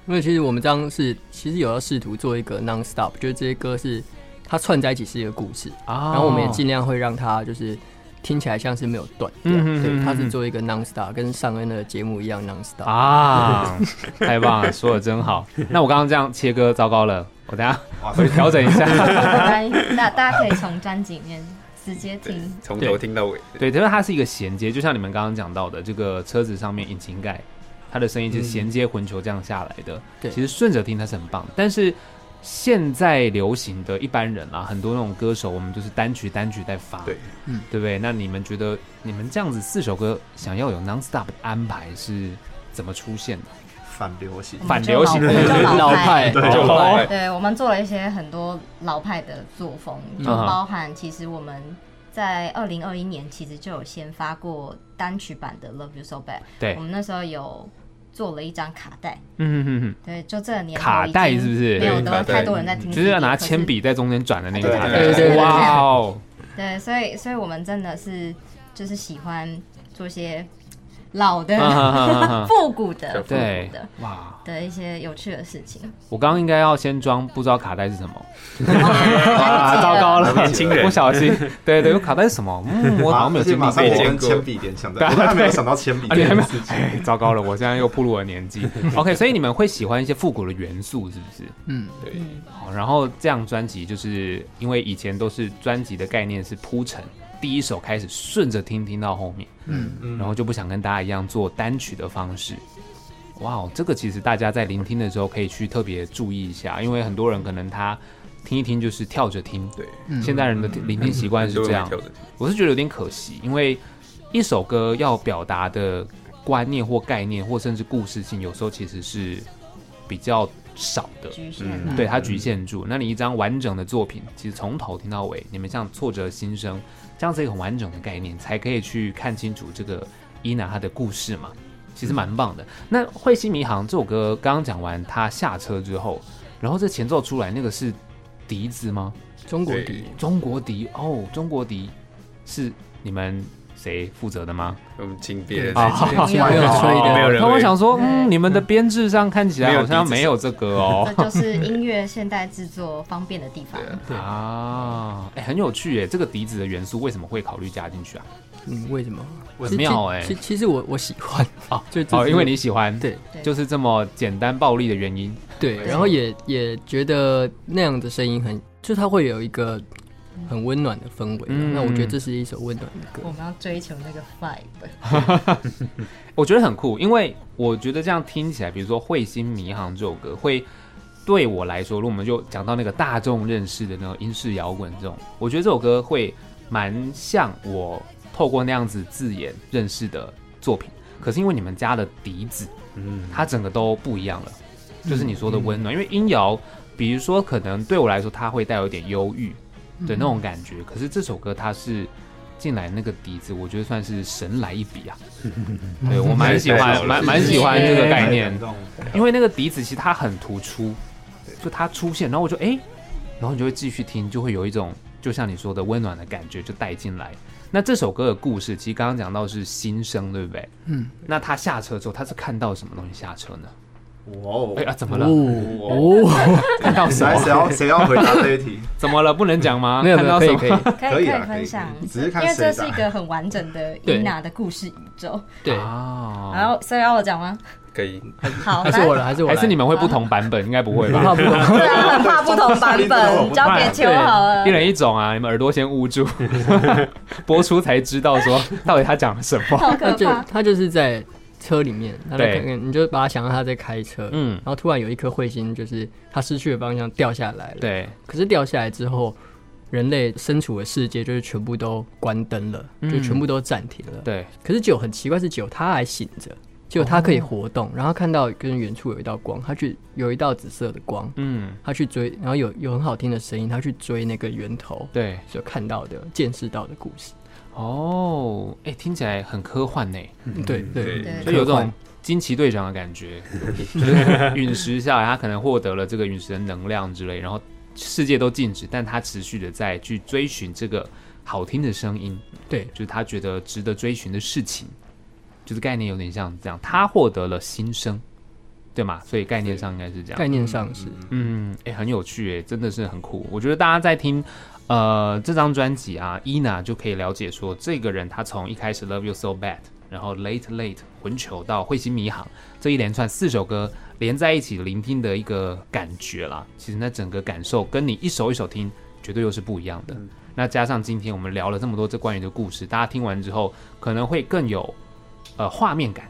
[SPEAKER 6] 因为其实我们这样是其实有要试图做一个 non stop，就是这些歌是它串在一起是一个故事，
[SPEAKER 3] 啊
[SPEAKER 6] 然后我们也尽量会让它就是听起来像是没有断掉，
[SPEAKER 3] 嗯哼嗯
[SPEAKER 6] 对，
[SPEAKER 3] 哼
[SPEAKER 6] 它是做一个 non star，跟上恩的节目一样 non star。
[SPEAKER 3] 啊，太棒了，说的真好。那我刚刚这样切割，糟糕了，我等一下回去 (laughs) 调整一下。
[SPEAKER 5] 来，大大家可以从专辑里面直接听。
[SPEAKER 7] 从头听到尾。
[SPEAKER 3] 对，因为它是一个衔接，就像你们刚刚讲到的，这个车子上面引擎盖，它的声音就是衔接混球这样下来的。
[SPEAKER 6] 对
[SPEAKER 3] 其实顺着听它是很棒的，但是现在流行的一般人啊，很多那种歌手，我们就是单曲单曲在发，
[SPEAKER 7] 对，
[SPEAKER 6] 嗯，
[SPEAKER 3] 对不对？那你们觉得你们这样子四首歌想要有 non stop 的安排是怎么出现的？
[SPEAKER 4] 反流行。
[SPEAKER 3] 反流行
[SPEAKER 5] 我们就老
[SPEAKER 6] 老
[SPEAKER 5] 派
[SPEAKER 6] 派，
[SPEAKER 3] 哦
[SPEAKER 7] 对就
[SPEAKER 6] 老
[SPEAKER 7] 老派
[SPEAKER 6] 派，
[SPEAKER 5] (laughs) 对，我们做了一些很多老派的作风，就
[SPEAKER 3] 嗯
[SPEAKER 5] 包含其实我们在二零二一年其实就有先发过单曲版的《Love You So Bad》，
[SPEAKER 3] 对
[SPEAKER 5] 我，们那时候有做了一张卡带，
[SPEAKER 3] 嗯哼哼哼。
[SPEAKER 5] 对，就这个年头
[SPEAKER 3] 卡带
[SPEAKER 5] 已经
[SPEAKER 3] 是不是嗯
[SPEAKER 5] 没有
[SPEAKER 7] 对
[SPEAKER 5] 多
[SPEAKER 7] 卡带
[SPEAKER 5] 太多人在听，
[SPEAKER 3] 就是要拿铅。笔在中间转的那个
[SPEAKER 4] 对
[SPEAKER 3] 卡带，
[SPEAKER 6] 对对对
[SPEAKER 3] 哇哦，
[SPEAKER 5] 对，所以所以我们真的是就是喜欢做一些老的、
[SPEAKER 3] 啊哈哈哈哈
[SPEAKER 5] 复古的、复
[SPEAKER 3] 对
[SPEAKER 5] 古的，
[SPEAKER 3] 哇！
[SPEAKER 5] 的一些有趣的事情。
[SPEAKER 3] 我刚刚应该要先装不知道卡带是什么， (laughs)
[SPEAKER 5] 啊
[SPEAKER 3] 糟糕了，
[SPEAKER 7] 年轻人
[SPEAKER 3] 不小心，对对，卡带是什么？嗯，我好像没有
[SPEAKER 4] 而且
[SPEAKER 3] 经历
[SPEAKER 4] 马上
[SPEAKER 3] 过
[SPEAKER 4] 我
[SPEAKER 7] 被
[SPEAKER 4] 跟
[SPEAKER 7] 见过
[SPEAKER 4] 铅笔联想到，我都还没有想到铅笔
[SPEAKER 3] 啊，你还
[SPEAKER 4] 这
[SPEAKER 3] 没
[SPEAKER 4] 件
[SPEAKER 3] 有
[SPEAKER 4] 事，情。
[SPEAKER 3] 哎，糟糕了，我现在又步入了年纪。OK，所以你们会喜欢一些复古的元素，是不是？
[SPEAKER 6] 嗯，
[SPEAKER 7] 对，
[SPEAKER 3] 好，然后这样专辑就是因为以前都是专辑的概念是铺陈，第一首开始顺着听听到后面，嗯，然后就不想跟大家一样做单曲的方式。哇哦，这个其实大家在聆听的时候可以去特别注意一下，因为很多人可能他听一听就是跳着听，
[SPEAKER 7] 对，
[SPEAKER 3] 现代人的听聆听习惯是这样
[SPEAKER 7] 很，多人会跳着
[SPEAKER 3] 我是觉得有点可惜，因为一首歌要表达的观念或概念或甚至故事性，有时候其实是比较少的，
[SPEAKER 5] 局限了。
[SPEAKER 3] 嗯对它局限住。那你一张完整的作品，其实从头听到尾，你们像挫折新生这样子一个很完整的概念，才可以去看清楚这个伊娜她的故事嘛，其实蛮棒的。那《彗星迷航》这首歌刚刚讲完，他下车之后，然后这前奏出来，那个是笛子吗？
[SPEAKER 6] 中国笛，
[SPEAKER 3] 中国笛哦，中国笛是你们谁负责的吗？
[SPEAKER 7] 我们请别人
[SPEAKER 3] 啊
[SPEAKER 7] 来接
[SPEAKER 5] 没有
[SPEAKER 6] 没有吹的，
[SPEAKER 7] 没有人
[SPEAKER 3] 那
[SPEAKER 7] 会
[SPEAKER 3] 我想说，
[SPEAKER 5] 对
[SPEAKER 3] 嗯，你们的编制上看起来好像没有这个 (laughs) 哦。
[SPEAKER 5] 这就是音乐现代制作方便的地方
[SPEAKER 7] 对。啊
[SPEAKER 3] 啊，哎、很有趣耶！这个笛子的元素为什么会考虑加进去啊？
[SPEAKER 6] 嗯，为什么？
[SPEAKER 3] 很妙哎
[SPEAKER 6] 其其实我我喜欢
[SPEAKER 3] 啊
[SPEAKER 6] (laughs) 就这
[SPEAKER 3] 哦，
[SPEAKER 6] 是
[SPEAKER 3] 因为你喜欢，
[SPEAKER 6] 对
[SPEAKER 5] 对
[SPEAKER 3] 就是这么简单暴力的原因。
[SPEAKER 6] 对，然后也也觉得那样的声音很，就它会有一个很温暖的氛围。啊
[SPEAKER 3] 嗯
[SPEAKER 6] 那我觉得这是一首温暖的歌
[SPEAKER 5] 我。们要追求那个 vibe，
[SPEAKER 3] 我觉得很酷，因为我觉得这样听起来，比如说《彗星迷航》这首歌，会对我来说，如果我们就讲到那个大众认识的那种英式摇滚这种，我觉得这首歌会蛮像我透过那样子字眼认识的作品。可是因为你们加了笛子，嗯，它整个都不一样了，就是你说的温暖。因为音摇，比如说可能对我来说，它会带有一点忧郁的那种感觉。可是这首歌它是进来那个笛子，我觉得算是神来一笔啊。对我蛮喜
[SPEAKER 7] 太好
[SPEAKER 3] 欢，
[SPEAKER 7] 了
[SPEAKER 3] 蛮蛮喜欢这个概
[SPEAKER 4] (laughs)
[SPEAKER 3] 念
[SPEAKER 4] 太感，动了
[SPEAKER 3] 因为那个笛子其实它很突出，就它出现，然后我就哎、然后你就会继续听，就会有一种就像你说的温暖的感觉就带进来。那这首歌的故事，其实刚刚讲到是新生，对不对？
[SPEAKER 6] 嗯。
[SPEAKER 3] 那他下车之后，他是看到什么东西下车呢？
[SPEAKER 4] 哇
[SPEAKER 3] (laughs)
[SPEAKER 4] 哦
[SPEAKER 3] 哎、呀，！怎么了？
[SPEAKER 6] 哦哦，
[SPEAKER 3] 看到什
[SPEAKER 4] 来，谁
[SPEAKER 6] (laughs)
[SPEAKER 3] 么？
[SPEAKER 4] 要谁要回答这一题？
[SPEAKER 3] 怎么了？不能讲吗？
[SPEAKER 6] 没有没
[SPEAKER 3] 看
[SPEAKER 6] 有，
[SPEAKER 3] 到
[SPEAKER 6] 可
[SPEAKER 3] 什
[SPEAKER 6] 以
[SPEAKER 3] 么
[SPEAKER 6] 可？以，
[SPEAKER 5] 可以
[SPEAKER 4] 可以啊
[SPEAKER 5] 以分享
[SPEAKER 4] 可以，只是
[SPEAKER 5] 因
[SPEAKER 4] 看
[SPEAKER 5] 为
[SPEAKER 4] 谁
[SPEAKER 5] 这
[SPEAKER 4] 打
[SPEAKER 5] 是一个很完整的伊娜的故事宇宙。
[SPEAKER 6] 对，
[SPEAKER 3] 啊，
[SPEAKER 5] 然后，所以要我讲吗？
[SPEAKER 7] 可以，
[SPEAKER 5] 好，
[SPEAKER 6] 还是我了，还是我来，
[SPEAKER 3] 还是你们会不同版本？应该不会吧？
[SPEAKER 6] 怕不怕？
[SPEAKER 5] 对啊，很怕不同版本，交给秋好了
[SPEAKER 3] 一。人一种啊，你们耳朵先捂
[SPEAKER 6] (laughs)
[SPEAKER 3] 住，播出才知道说到底他讲了什么。
[SPEAKER 5] 好可
[SPEAKER 6] 他就
[SPEAKER 5] 怕！
[SPEAKER 6] 他就是在车里面，他在
[SPEAKER 3] 对
[SPEAKER 6] 看，你就把他想到他在开车，
[SPEAKER 3] 嗯
[SPEAKER 6] 嗯，然后突然有一颗彗星，就是他失去了方向掉下来了，。
[SPEAKER 3] 对，
[SPEAKER 6] 可是掉下来之后，人类身处的世界就是全部都关灯了，就全部都暂停了，
[SPEAKER 3] 嗯对，
[SPEAKER 6] 可是九很奇怪，是九他还醒着，九他
[SPEAKER 5] 哦
[SPEAKER 6] 可以活动，然后看到跟远处有一道光，他去有一道紫色的光，
[SPEAKER 3] 嗯，
[SPEAKER 6] 他去追，然后有有很好听的声音，他去追那个源头，
[SPEAKER 3] 对，
[SPEAKER 6] 所看到的、见识到的故事，
[SPEAKER 3] 哦，哎，听起来很科幻呢，
[SPEAKER 5] 嗯
[SPEAKER 6] 对对
[SPEAKER 5] 对
[SPEAKER 3] 就有
[SPEAKER 6] 科幻
[SPEAKER 3] 种惊奇队长的感
[SPEAKER 6] (laughs)
[SPEAKER 3] 觉，就是陨石下来，他可能获得了这个陨石的能量之类，然后世界都静止，但他持续的在去追寻这个好听的声音，
[SPEAKER 6] 对
[SPEAKER 3] 就是他觉得值得追寻的事情，就是概念有点像这样，他获得了新生，对嘛？所以概念上应该是这样。
[SPEAKER 6] 概念上是，
[SPEAKER 3] 嗯，哎、很有趣哎、真的是很酷。我觉得大家在听呃这张专辑啊，伊娜就可以了解说，这个人他从一开始 Love You So Bad，然后 Late Late 混球到彗星迷航这一连串四首歌连在一起聆听的一个感觉啦。其实那整个感受跟你一首一首听，绝对又是不一样的。那加上今天我们聊了这么多这关于的故事，大家听完之后可能会更有呃画面感，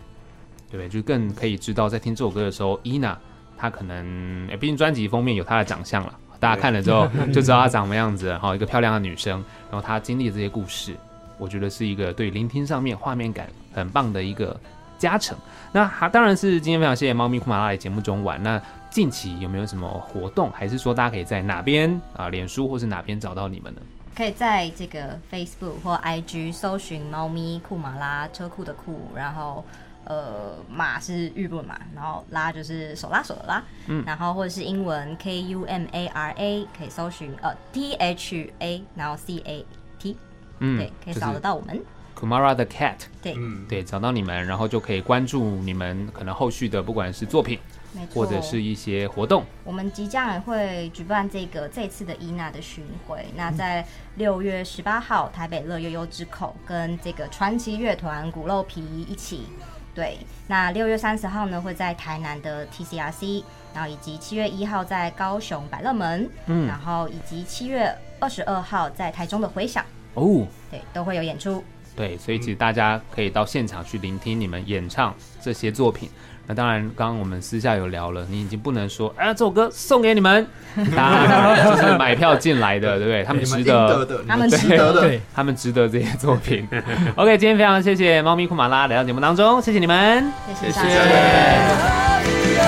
[SPEAKER 3] 对不对？就更可以知道在听这首歌的时候，伊娜她可能，哎诶毕竟专辑封面有她的长相了，大家看了之
[SPEAKER 5] (laughs)
[SPEAKER 3] 后就知道她长什么样子了，哈，一个漂亮的女生，然后她经历的这些故事，我觉得是一个对聆听上面画面感很棒的一个加成。那还当然是今天非常谢谢猫咪库马拉来节目中玩。那近期有没有什么活动，还是说大家可以在哪边啊、脸书或是哪边找到你们呢？
[SPEAKER 5] 可以在这个 Facebook 或 IG 搜寻“猫咪库马拉”车库的库，然后呃马是日文马，然后拉就是手拉手的拉，嗯，然后或者是英文 K U M A R A 可以搜寻呃 T H A，然后 C A T，
[SPEAKER 3] 嗯
[SPEAKER 5] 对，可以
[SPEAKER 3] 就是嗯
[SPEAKER 5] 找得到我们，
[SPEAKER 3] Kumara the Cat，
[SPEAKER 5] 对，
[SPEAKER 3] 对，找到你们，然后就可以关注你们可能后续的不管是作品
[SPEAKER 5] 没错，
[SPEAKER 3] 或者是一些活动。
[SPEAKER 5] 我们即将也会举办这个这次的伊娜的巡回。那在六月十八号，台北乐悠悠之口跟这个传奇乐团骨肉皮一起。对，那六月三十号呢会在台南的 TCRC，然后以及七月一号在高雄百乐门，嗯，然后以及七月二十二号在台中的回响，
[SPEAKER 3] 哦，
[SPEAKER 5] 对，都会有演出。
[SPEAKER 3] 对，所以其实
[SPEAKER 4] 嗯
[SPEAKER 3] 大家可以到现场去聆听你们演唱这些作品。那当然，刚刚我们私下有聊了，你已经不能说，啊，这首歌送给你
[SPEAKER 4] (laughs)
[SPEAKER 3] 们，大家就是买票进来的，对不对？他们值
[SPEAKER 4] 应
[SPEAKER 3] 得
[SPEAKER 4] 得，的，
[SPEAKER 5] 他们值
[SPEAKER 4] 应得
[SPEAKER 5] 得
[SPEAKER 3] (laughs)
[SPEAKER 4] 的，
[SPEAKER 6] 对，
[SPEAKER 3] 他们值得这些作
[SPEAKER 4] (laughs)
[SPEAKER 3] 品。OK，今天非常谢谢猫咪库马拉来到节目当中，谢谢你们。
[SPEAKER 5] 谢谢大家。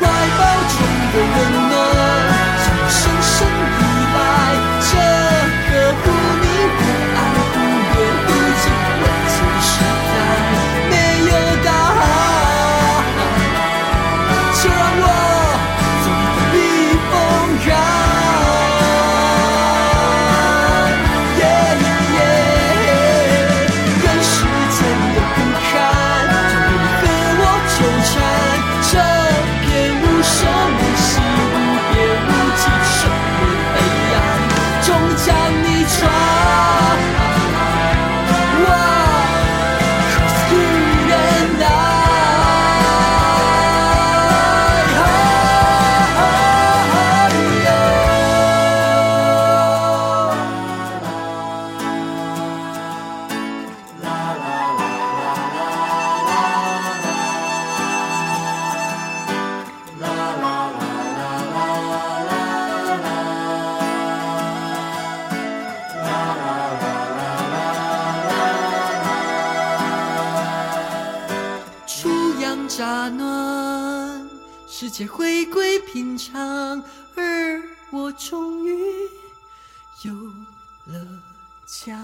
[SPEAKER 1] 怀抱中的温暖，想深深依赖这个无你无爱无怨无求温情时代，没有答案，就让我从你风干。耶耶，任时间的不堪，总会和我纠缠。这片无声无息、无边无际、深入黑暗，终将你穿。Cause you and I.《初阳乍暖》，世界回归平常，而我终于有了家。